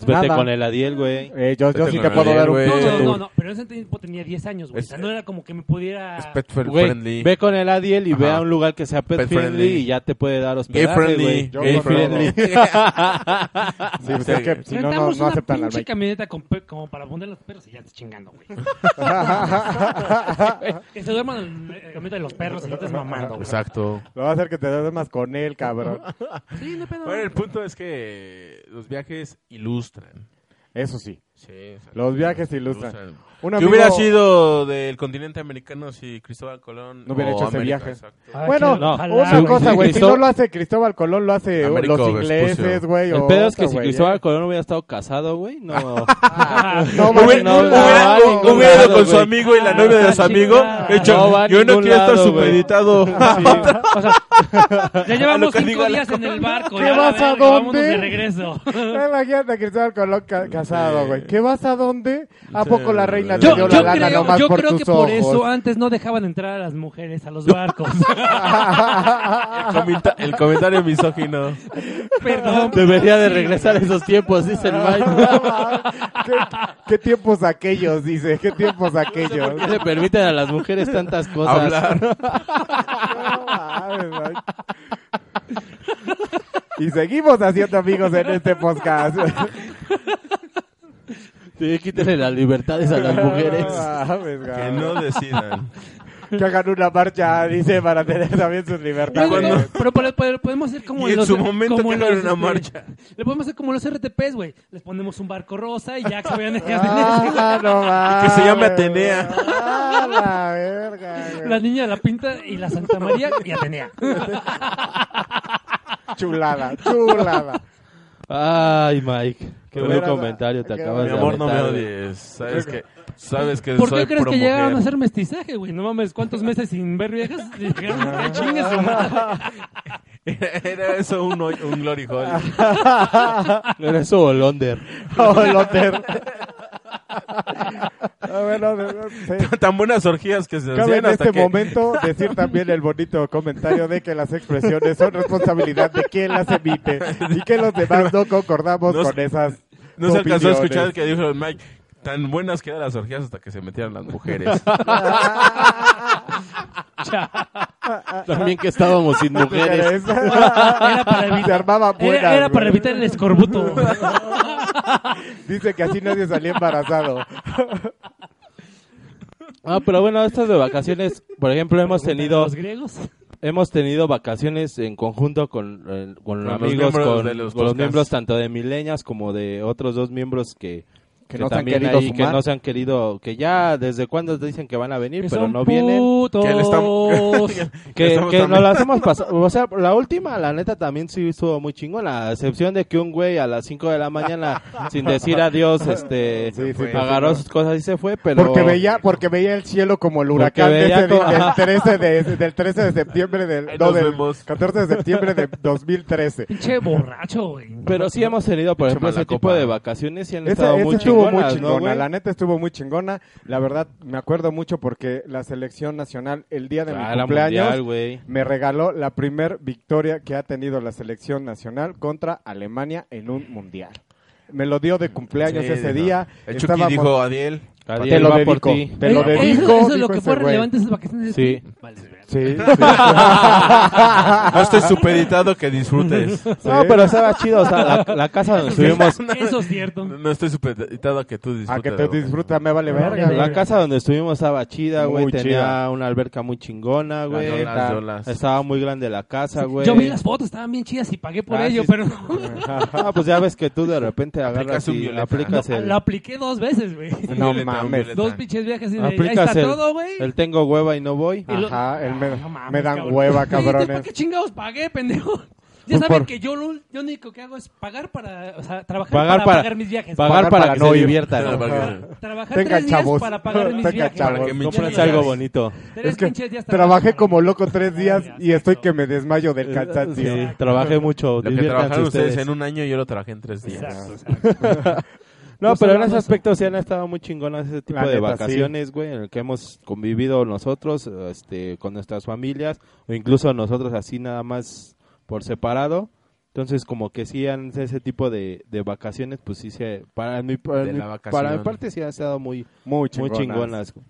vete nada. con el Adiel, güey. Eh, yo, yo Vete sí con te el puedo dar un Pues güey. No, pinche no, tour. no, no, pero en ese tiempo tenía 10 años, güey. O sea, Es- no era como que me pudiera... Es pet friendly. Güey, ve con el Adiel y ve Ajá. a un lugar que sea pet, Pet friendly, friendly. y ya te puede dar Gay hospedaje, friendly. güey. Yo Gay no puedo. friendly. Sí, pues es que si no, no, Rentamos no una aceptan al pinche Mike. camioneta con pe- como para poner los perros y ya te chingando, güey. que se duerman en la camioneta de los perros y ya te es mamando, güey. Exacto. Lo va a hacer que te des más con él, cabrón. Sí, no hay pedo. Bueno, el punto es que los viajes ilustran. Eso sí. Sí, exacto. Los viajes ilustran. Un ¿Qué amigo- hubiera sido del continente americano si Cristóbal Colón No hubiera o hecho ese América, viaje. Ah, exacto. Ay, Bueno, que- no, ojalá, Una Sí, güey. cosa, güey. Si Cristó- no lo hace Cristóbal Colón, lo hace Américo los ingleses, Vespucio. güey. El o pedo es otro, que si güey, ¿eh? Cristóbal ya. Colón hubiera estado casado, güey, no... No, Hubiera- güey, no, hubiera- no. va a ningún hubiera lado, ido con su güey. amigo y la novia de su Ah, amigo. chingada. De hecho, No va a yo no ningún quiero estar lado, güey. supeditado. O sea, ya A lo llevamos que digo cinco a la días en el barco. ¿Qué ya la vas a verga, vámonos dónde? de regreso. Imagínate a Cristóbal Colón ca- casado, Sí. güey. ¿Qué vas a dónde? ¿A Sí, poco la reina güey. te Yo, dio yo la lana creo, nomás yo por creo tus que por eso ojos? antes no dejaban entrar a las mujeres a los barcos. El, comenta- el comentario misógino. Perdón. Debería de regresar a esos tiempos, dice el Mike. ¿Qué, qué tiempos aquellos, dice. ¿Qué tiempos ¿Por aquellos? qué le permiten a las mujeres tantas cosas? Hablar. No mames, man. Y seguimos haciendo amigos en este podcast. Sí, quítenle las libertades a las mujeres. No mames, Que man. no decidan. Que hagan una marcha, dice, para tener también sus Pero, libertades. cuando- pero, pero- pero podemos hacer como Y en los su momento como que los, hagan una este, marcha. Le podemos hacer como los RTPs, güey. Les ponemos un barco rosa y ya que se vayan a Ah, no mames. Que se llame Atenea. Ah, la verga. güey. La niña de la pinta y la Santa María y Atenea. Chulada, chulada. Ay, Mike, qué buen Verás, comentario te qué acabas Mi de amor, no me aventar, güey. odies. Sabes que, sabes que ¿Por soy qué crees pro que llegaron a mujer. hacer mestizaje, güey? No mames, ¿cuántos meses sin ver viejas? Llegaron a chingues, su madre. Era eso un, hoy- un glory hole. Eres su Olonder. Oh, el hotel. Ah, bueno, de- no sé. Tan buenas orgías que se Cabe hacían en hasta este que... momento decir también el bonito comentario de que las expresiones son responsabilidad de quien las emite y que los demás no concordamos No se- con esas. No se alcanzó a opiniones. escuchar que dijo el Mike. Tan buenas que eran las orgías hasta que se metieron las mujeres. Cha. También que estábamos sin mujeres. Era para evitar, Se armaba buena, era, era güey. para evitar el escorbuto. Dice que así nadie salía embarazado. Ah, pero bueno, estas de vacaciones, por ejemplo, hemos tenido Los griegos. hemos tenido vacaciones en conjunto con, eh, con los amigos, con, miembros de los con los podcasts. miembros tanto de Mileñas como de otros dos miembros que, Que no se han querido ahí, que sumar. no se han querido, que ya desde cuándo dicen que van a venir, Que pero son no vienen. putos. Que le estamos- Que, Estamos que también- nos las hemos pasado, o sea, la última, la neta, también sí estuvo muy chingona, a excepción de que un güey a las 5 de la mañana, sin decir adiós, este, Sí, sí, agarró sí, no. sus cosas y se fue, pero... Porque veía, porque veía el cielo como el huracán de veía ese como- día, del 13 de, del 13 de septiembre del, Ahí no, nos del vemos. 14 de septiembre de 2013. Pinche borracho, güey. Pero sí hemos tenido, por Pinche ejemplo, ese mala tipo copa. de vacaciones y han Ese, estado ese muy estuvo muy chingonas, ¿no, chingona, güey? la neta estuvo muy chingona. La verdad, me acuerdo mucho porque la selección nacional, el día de Ah, mi era cumpleaños, mundial, güey. me regaló la primer victoria que ha tenido la selección nacional contra Alemania en un mundial. Me lo dio de cumpleaños Mm, Sí, ese no. día. El Chucky Estábamos- dijo, Adiel, Adiós, te lo va por dedico. ti. Te lo Eh, dedico. Eso, eso es lo dijo que ese fue güey. relevante esas vacaciones. Sí. Vale, verga. Sí, no estoy supeditado que disfrutes. No, pero estaba chido, o sea, la, la casa donde estuvimos, Eso es cierto. No estoy supeditado a que tú disfrutes. A que te disfruta, me vale verga. Vale, güey. la casa donde estuvimos estaba chida, güey, Muy tenía chida. una alberca muy chingona, Las güey. yolas, yolas. Estaba muy grande la casa, güey. Yo vi las fotos, estaban bien chidas y pagué por Ah, ello, sí. pero Ah, pues ya ves que tú de repente agarras Aplicas un y violeta. aplicas lo, el lo apliqué dos veces, güey. Un violeta, No un mames. violeta. Dos pinches viajes y de, ahí aplicas está el, todo, güey. el tengo hueva y no voy. Y lo- Ajá, el me, No mames, me dan cabrón. hueva, Oye, ¿entonces ¿Para cabrones. qué chingados pagué, pendejo? Ya Pues saben por- que yo lo, yo lo único que hago es pagar para, o sea, trabajar Pagar para, para- pagar mis viajes. Pagar, Pagar para, para que no se ir. diviertan. Para- para- Trabajar Tengan tres chavos. días para pagar mis Tengan viajes. chavos. Para que me Cómprense chingues. algo bonito. Tres Es que pinches días trabajé trabajar. como loco tres días y estoy que me desmayo del Sí, cansancio. trabajé mucho. Lo que diviértanse trabajaron ustedes. ustedes. en un año, yo lo trabajé en tres días. Exacto, exacto. No, Pues pero en hablando ese de eso. aspecto sí han estado muy chingonas ese tipo La de neta, vacaciones, güey, en el que hemos convivido nosotros, este, con nuestras familias, o incluso nosotros así nada más por separado. Entonces, como que sí han ese tipo de, de vacaciones, pues sí se, para mi, para, De mi- la vacación. para mi parte sí han estado muy, Muy muy chingonas. chingonas. güey.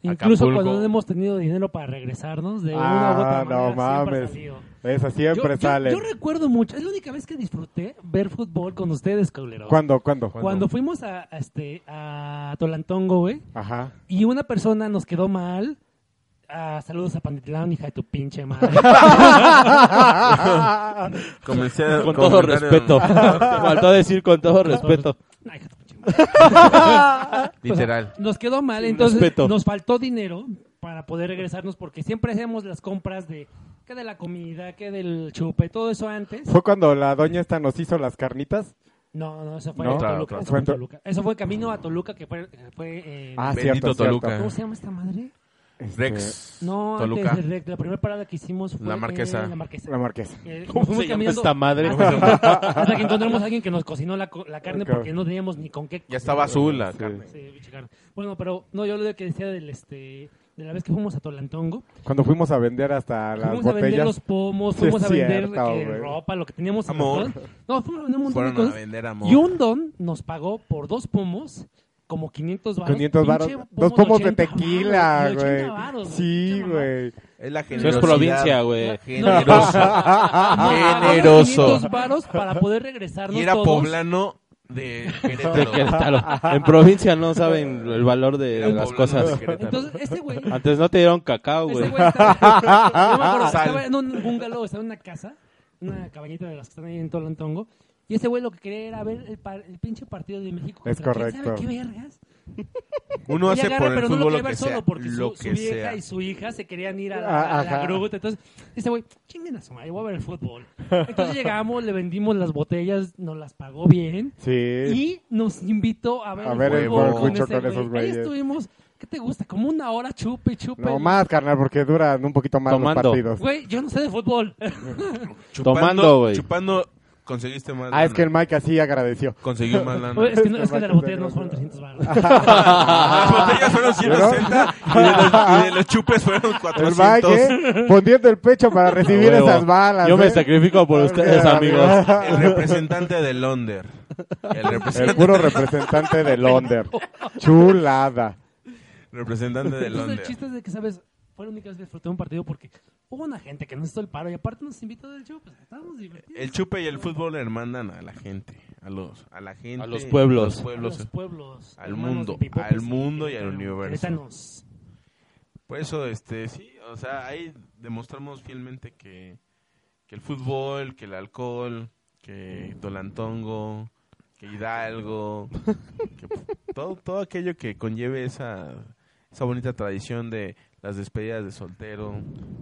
Incluso Acapulco. cuando no hemos tenido dinero para regresarnos de una u Ah, otra no manera, siempre ha mames. salido. Esa Yo, siempre yo- sale. yo recuerdo mucho, es la única vez que disfruté ver fútbol con ustedes, cablero. ¿Cuándo, cuándo? Cuando fuimos a, a este, a Tolantongo, güey, Ajá. y una persona nos quedó mal. Ah, saludos a Panditlán, hija de tu pinche madre. Comencé a Con todo comentar en- respeto. Faltó decir con todo respeto. No, hija de tu pinche madre. Literal. Nos quedó mal, entonces respeto. nos faltó dinero para poder regresarnos porque siempre hacemos las compras de que de la comida, que del chupe, todo eso antes. ¿Fue cuando la doña esta nos hizo las carnitas? No, no, eso fue No, en otra, Toluca. otra. Eso fue, en Fue en Toluca. Eso fue camino a Toluca que fue, fue eh, en- Ah, Bendito cierto, cierto. Toluca. ¿Cómo se llama esta madre? Este, Rex. No, Toluca. antes de Rec, la primera parada que hicimos fue La en Marquesa. la Marquesa. La marquesa. Eh, nos ¿Cómo fuimos se llama caminando esta madre? Hasta, hasta que encontramos a alguien que nos cocinó la, co- la carne Claro. porque no teníamos ni con qué. Ya estaba azul la carne. Sí, pinche carne. Bueno, pero no, yo lo que decía del este de la vez que fuimos a Tolantongo, Cuando fuimos a vender hasta las fuimos a vender botellas. los pomos, Sí, fuimos es a vender cierto, que, güey. ropa, lo que teníamos en Amor. montón. No, fuimos a vender un montón de Fueron a cosas. vender amor. Y un don nos pagó por dos pomos como 500 varos. 500 Pinche varos. pomo Dos pomos de 80 tequila, varos, de 80 güey. varos, Sí, pinche mamá. güey. Es Eso la es generosidad. provincia, güey. Generoso. Nos pagaron Generoso. 500 Ah, varos para poder regresarnos Y era todos. poblano de Querétaro. De Querétaro. En provincia no saben el valor de, Era de las poblano cosas. de Querétaro. Entonces, este güey... Antes no te dieron cacao, Ese güey. güey estaba, no me acuerdo, Sal. estaba en un bungalow, estaba en una casa, una cabañita de las que están ahí en Tolantongo. Y ese güey lo que quería era ver el, par- el pinche partido de México. Es contra quién correcto. sabe qué vergas? Uno Y hace agarra, por el pero no lo fútbol lo quería que ver sea. solo porque Lo su, su que vieja sea. y su hija se querían ir a Ah, la, a la ajá. gruta. Entonces, ese güey, chinguen a su madre, voy a ver el fútbol. Entonces llegamos, le vendimos las botellas, nos las pagó bien. Sí. Y nos invitó a ver, A ver el juego barcucho ese con esos güey. Ahí güeyes. estuvimos, ¿qué te gusta? Como una hora chupe, chupe. No más, carnal, porque duran un poquito más Tomando. los partidos. pues, Güey, yo no sé de fútbol. Chupando- Tomando, güey. Chupando, conseguiste más. Ah, es lana. que el Mike así agradeció. Consiguió más lana. Oye, es que, no, Este es que de la macho botella de no los- fueron 300 baros. Las botellas fueron 160 y, de los, y de los chupes fueron El Mike, 400. ¿eh? Poniendo el pecho para recibir Huevo. esas balas. Yo me ¿eh? sacrifico por ustedes, amigos. El representante del Londres. El El representante, puro representante del Onder. Chulada. representante del Entonces el Londres. chiste es de que, ¿sabes? fue la única vez que disfruté un partido porque hubo una gente que nos hizo el paro y aparte nos invitó del show, pues estábamos divertidos. El chupe y el fútbol hermandan a la gente, a los, a la gente, A los pueblos. a los A pueblos. los pueblos. Al hermanos mundo, de Pipotes al mundo y al universo. querétanos. Por eso, este, sí, o sea, ahí demostramos fielmente que, que el fútbol, que el alcohol, que Dolantongo, que Hidalgo, que p- todo, todo aquello que conlleve esa, esa bonita tradición de las despedidas de soltero.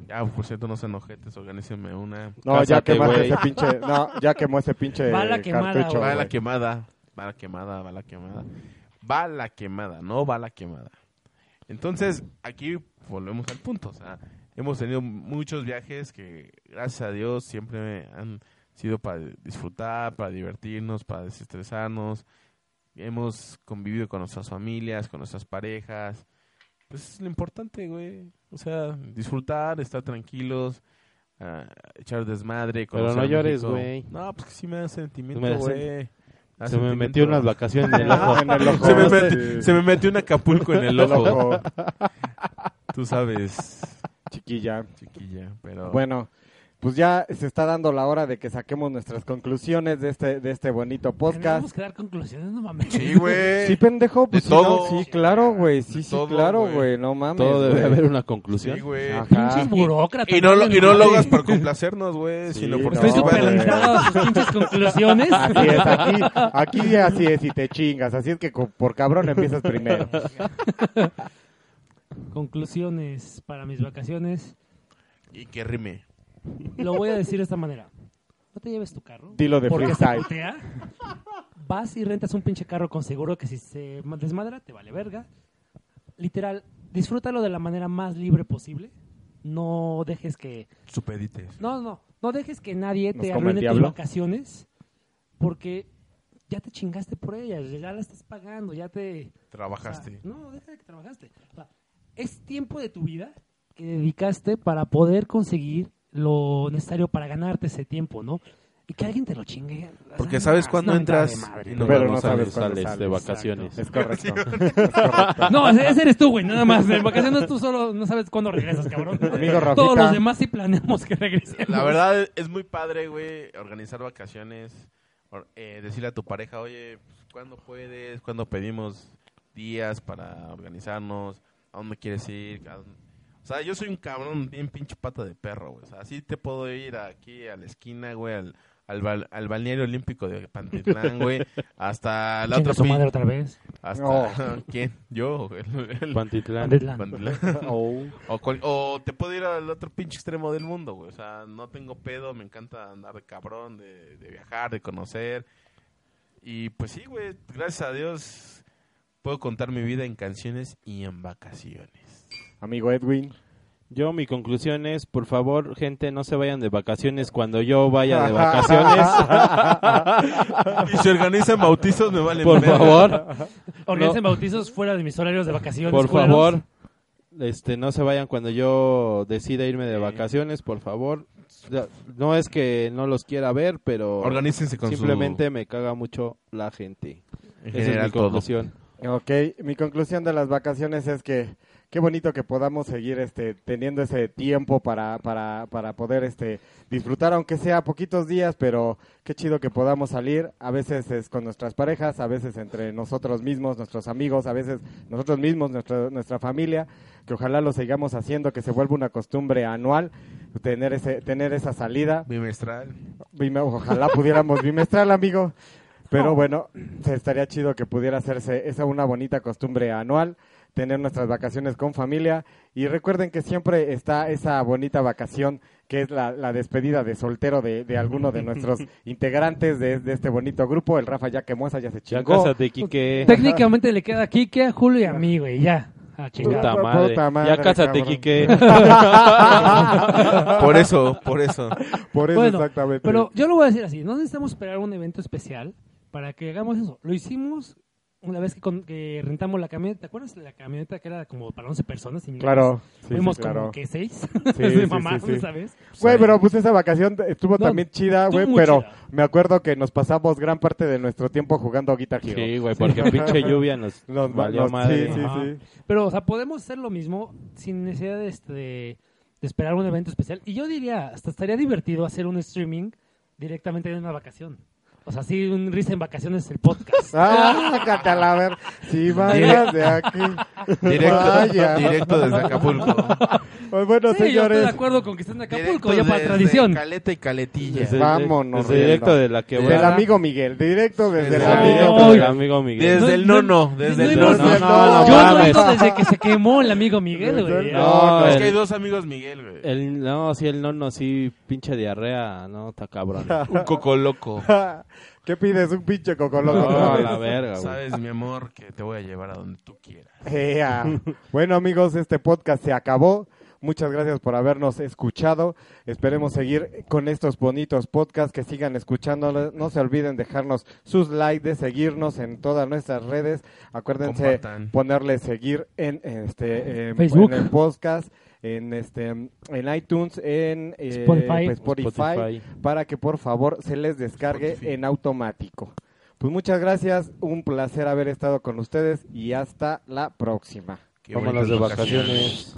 Ya, por cierto, no sean ojetes, organícenme una. No, ya Cásate, quemaste güey. ese pinche. No, ya quemó ese pinche. Bala quemada, cartucho, güey. Va la güey. quemada, va la quemada, va la quemada. Va la quemada, no va la quemada. Entonces, aquí volvemos al punto. O sea, hemos tenido muchos viajes que, gracias a Dios, siempre han sido para disfrutar, para divertirnos, para desestresarnos. Hemos convivido con nuestras familias, con nuestras parejas. Pues es lo importante, güey. O sea, disfrutar, estar tranquilos, ah, echar desmadre. Pero no conocer llores, México. güey. No, pues que sí me da sentimiento, Me da güey. Da Se me sentimiento. metió unas vacaciones en el ojo. En el ojo. Se me, sí. metió, se me metió un Acapulco en el En el ojo. ojo, Tú sabes, chiquilla. chiquilla, pero... Bueno, pues ya se está dando la hora de que saquemos nuestras conclusiones de este, de este bonito podcast. Tenemos que dar conclusiones, no mames. Sí, güey. Sí, pendejo, pues De sí, no, todo. sí, claro, güey, sí, De sí, todo, claro, güey. güey, no mames. Todo debe güey. haber una conclusión. Sí, güey. Ajá. Pinches burócratas. Y no, lo, y no güey. lo hagas por complacernos, güey, Sí, sino no, porque... Estoy sí, súper vale. güey. entrado a sus pinches conclusiones. Así es, aquí, aquí así es y te chingas, así es que co- por cabrón empiezas primero. Conclusiones para mis vacaciones. Y que rime. Lo voy a decir de esta manera. No te lleves tu carro. Dilo de porque se freestyle. putea. Vas y rentas un pinche carro con seguro que si se desmadra te vale verga. Literal, disfrútalo de la manera más libre posible. No dejes que Supedites. no, no, no dejes que nadie Nos te come el arruine tus diablo. vacaciones porque ya te chingaste por ellas, ya la estás pagando, ya te Trabajaste. o sea, no, deja de que trabajaste. O sea, es tiempo de tu vida que dedicaste para poder conseguir lo necesario para ganarte ese tiempo, ¿no? Y que alguien te lo chingue. o sea, Porque no, sabes es cuándo una mentada entras de madre, y ¿no? no, Pero no no sabes. sabes cuándo sales de sales. vacaciones. Es correcto. No, ese ese eres tú, güey, nada más. En vacaciones tú solo no sabes cuándo regresas, cabrón. Amigo Rafita. Todos los demás sí planeamos que regresemos. La verdad es muy padre, güey, organizar vacaciones, or- eh, decirle a tu pareja, oye, pues, ¿cuándo puedes? ¿Cuándo pedimos días para organizarnos? ¿A dónde quieres ir? ¿A dónde-?" O sea, yo soy un cabrón bien pinche pata de perro, güey. O sea, así te puedo ir aquí a la esquina, güey, al, al, bal- al balneario olímpico de Pantitlán, güey, hasta la Chinga otra su pin- madre otra vez. hasta No. ¿Quién? Yo, güey. el- el- Pantitlán. Pantitlán. Pantitlán. Oh. O, cual- o te puedo ir al otro pinche extremo del mundo, güey. O sea, no tengo pedo, me encanta andar de cabrón, de, de viajar, de conocer. Y pues sí, güey, gracias a Dios puedo contar mi vida en canciones y en vacaciones. Amigo Edwin. Yo, mi conclusión es, por favor, gente, no se vayan de vacaciones cuando yo vaya de vacaciones. Y si organizan bautizos, me vale por favor, Organicen bautizos fuera de mis horarios de vacaciones. por culeros. favor. Este, no se vayan cuando yo decida irme de vacaciones, por favor. O sea, No es que no los quiera ver, pero Organícense con simplemente me caga mucho la gente. su... en Esa es general mi todo. conclusión. Ok, mi conclusión de las vacaciones es que qué bonito que podamos seguir este, teniendo ese tiempo para, para, para poder este, disfrutar, aunque sea poquitos días, pero qué chido que podamos salir. A veces es con nuestras parejas, a veces entre nosotros mismos, nuestros amigos, a veces nosotros mismos, nuestra, nuestra familia, que ojalá lo sigamos haciendo, que se vuelva una costumbre anual tener, ese, tener esa salida. Bimestral. Bime- Ojalá pudiéramos bimestral, amigo. Pero bueno, se estaría chido que pudiera hacerse esa una bonita costumbre anual, tener nuestras vacaciones con familia. Y recuerden que siempre está esa bonita vacación que es la, la despedida de soltero de, de alguno de nuestros integrantes de, de este bonito grupo. El Rafa ya quemó esa, ya se Ya chingó. cásate, Quique. Técnicamente le queda aquí, queda Julio y a mí, güey, ya. Ah, Puta A chingar. Puta madre. madre, Ya cásate, cabrón. Quique. Por eso, por eso. Por eso Bueno, exactamente. pero yo lo voy a decir así, no necesitamos esperar un evento especial para que hagamos eso. Lo hicimos una vez que, con- que rentamos la camioneta, ¿te acuerdas? de La camioneta que era como para 11 personas. Y Claro. sí, sí, Fuimos como claro. que 6 sí, sí, de mamá, sí. ¿sabes? Güey, pero pues esa vacación estuvo No, también chida, estuvo güey, muy pero chida. me acuerdo que nos pasamos gran parte de nuestro tiempo jugando a Guitar Hero. Sí, güey, porque pinche lluvia nos, Nos- valió nos- madre. sí, sí, Ajá. sí. Pero, o sea, podemos hacer lo mismo sin necesidad de, este, de, de esperar un evento especial. Y yo diría, hasta estaría divertido hacer un streaming directamente de una vacación. O sea, sí, un risa en vacaciones el podcast. Ah, catala, a ver. Si vayas de aquí. Vaya. Directo, directo desde Acapulco. Pues bueno, sí, yo estoy de señores. acuerdo con que estén en Directo Acapulco, ya para desde tradición. Caleta y Caletilla. Desde- Vámonos, desde directo Riendo. de la que Del amigo Miguel, directo desde el Desde- amigo. amigo, Ay. del amigo Miguel. Desde el nono, desde no, el no, nono. no, no, yo no ando mames. desde que se quemó el amigo Miguel, güey. No, Es el- que hay dos amigos Miguel, güey. el- no, sí, el nono, sí, pinche diarrea, no, está cabrón. Un coco loco. ¿Qué pides? Un pinche No, cocoloco. a la verga, güey. Sabes, mi amor, que te voy a llevar a donde tú quieras. Ea. Bueno amigos, este podcast se acabó. Muchas gracias por habernos escuchado. Esperemos seguir con estos bonitos podcasts que sigan escuchándonos. No se olviden dejarnos sus likes, de seguirnos en todas nuestras redes. Acuérdense Compartan. ponerle seguir en este em, Facebook. en el podcast, en este em, en iTunes, en eh, Spotify. Spotify. para que por favor se les descargue Spotify. en automático. Pues muchas gracias, un placer haber estado con ustedes y hasta la próxima. Qué Vámonos bonitas de vacaciones.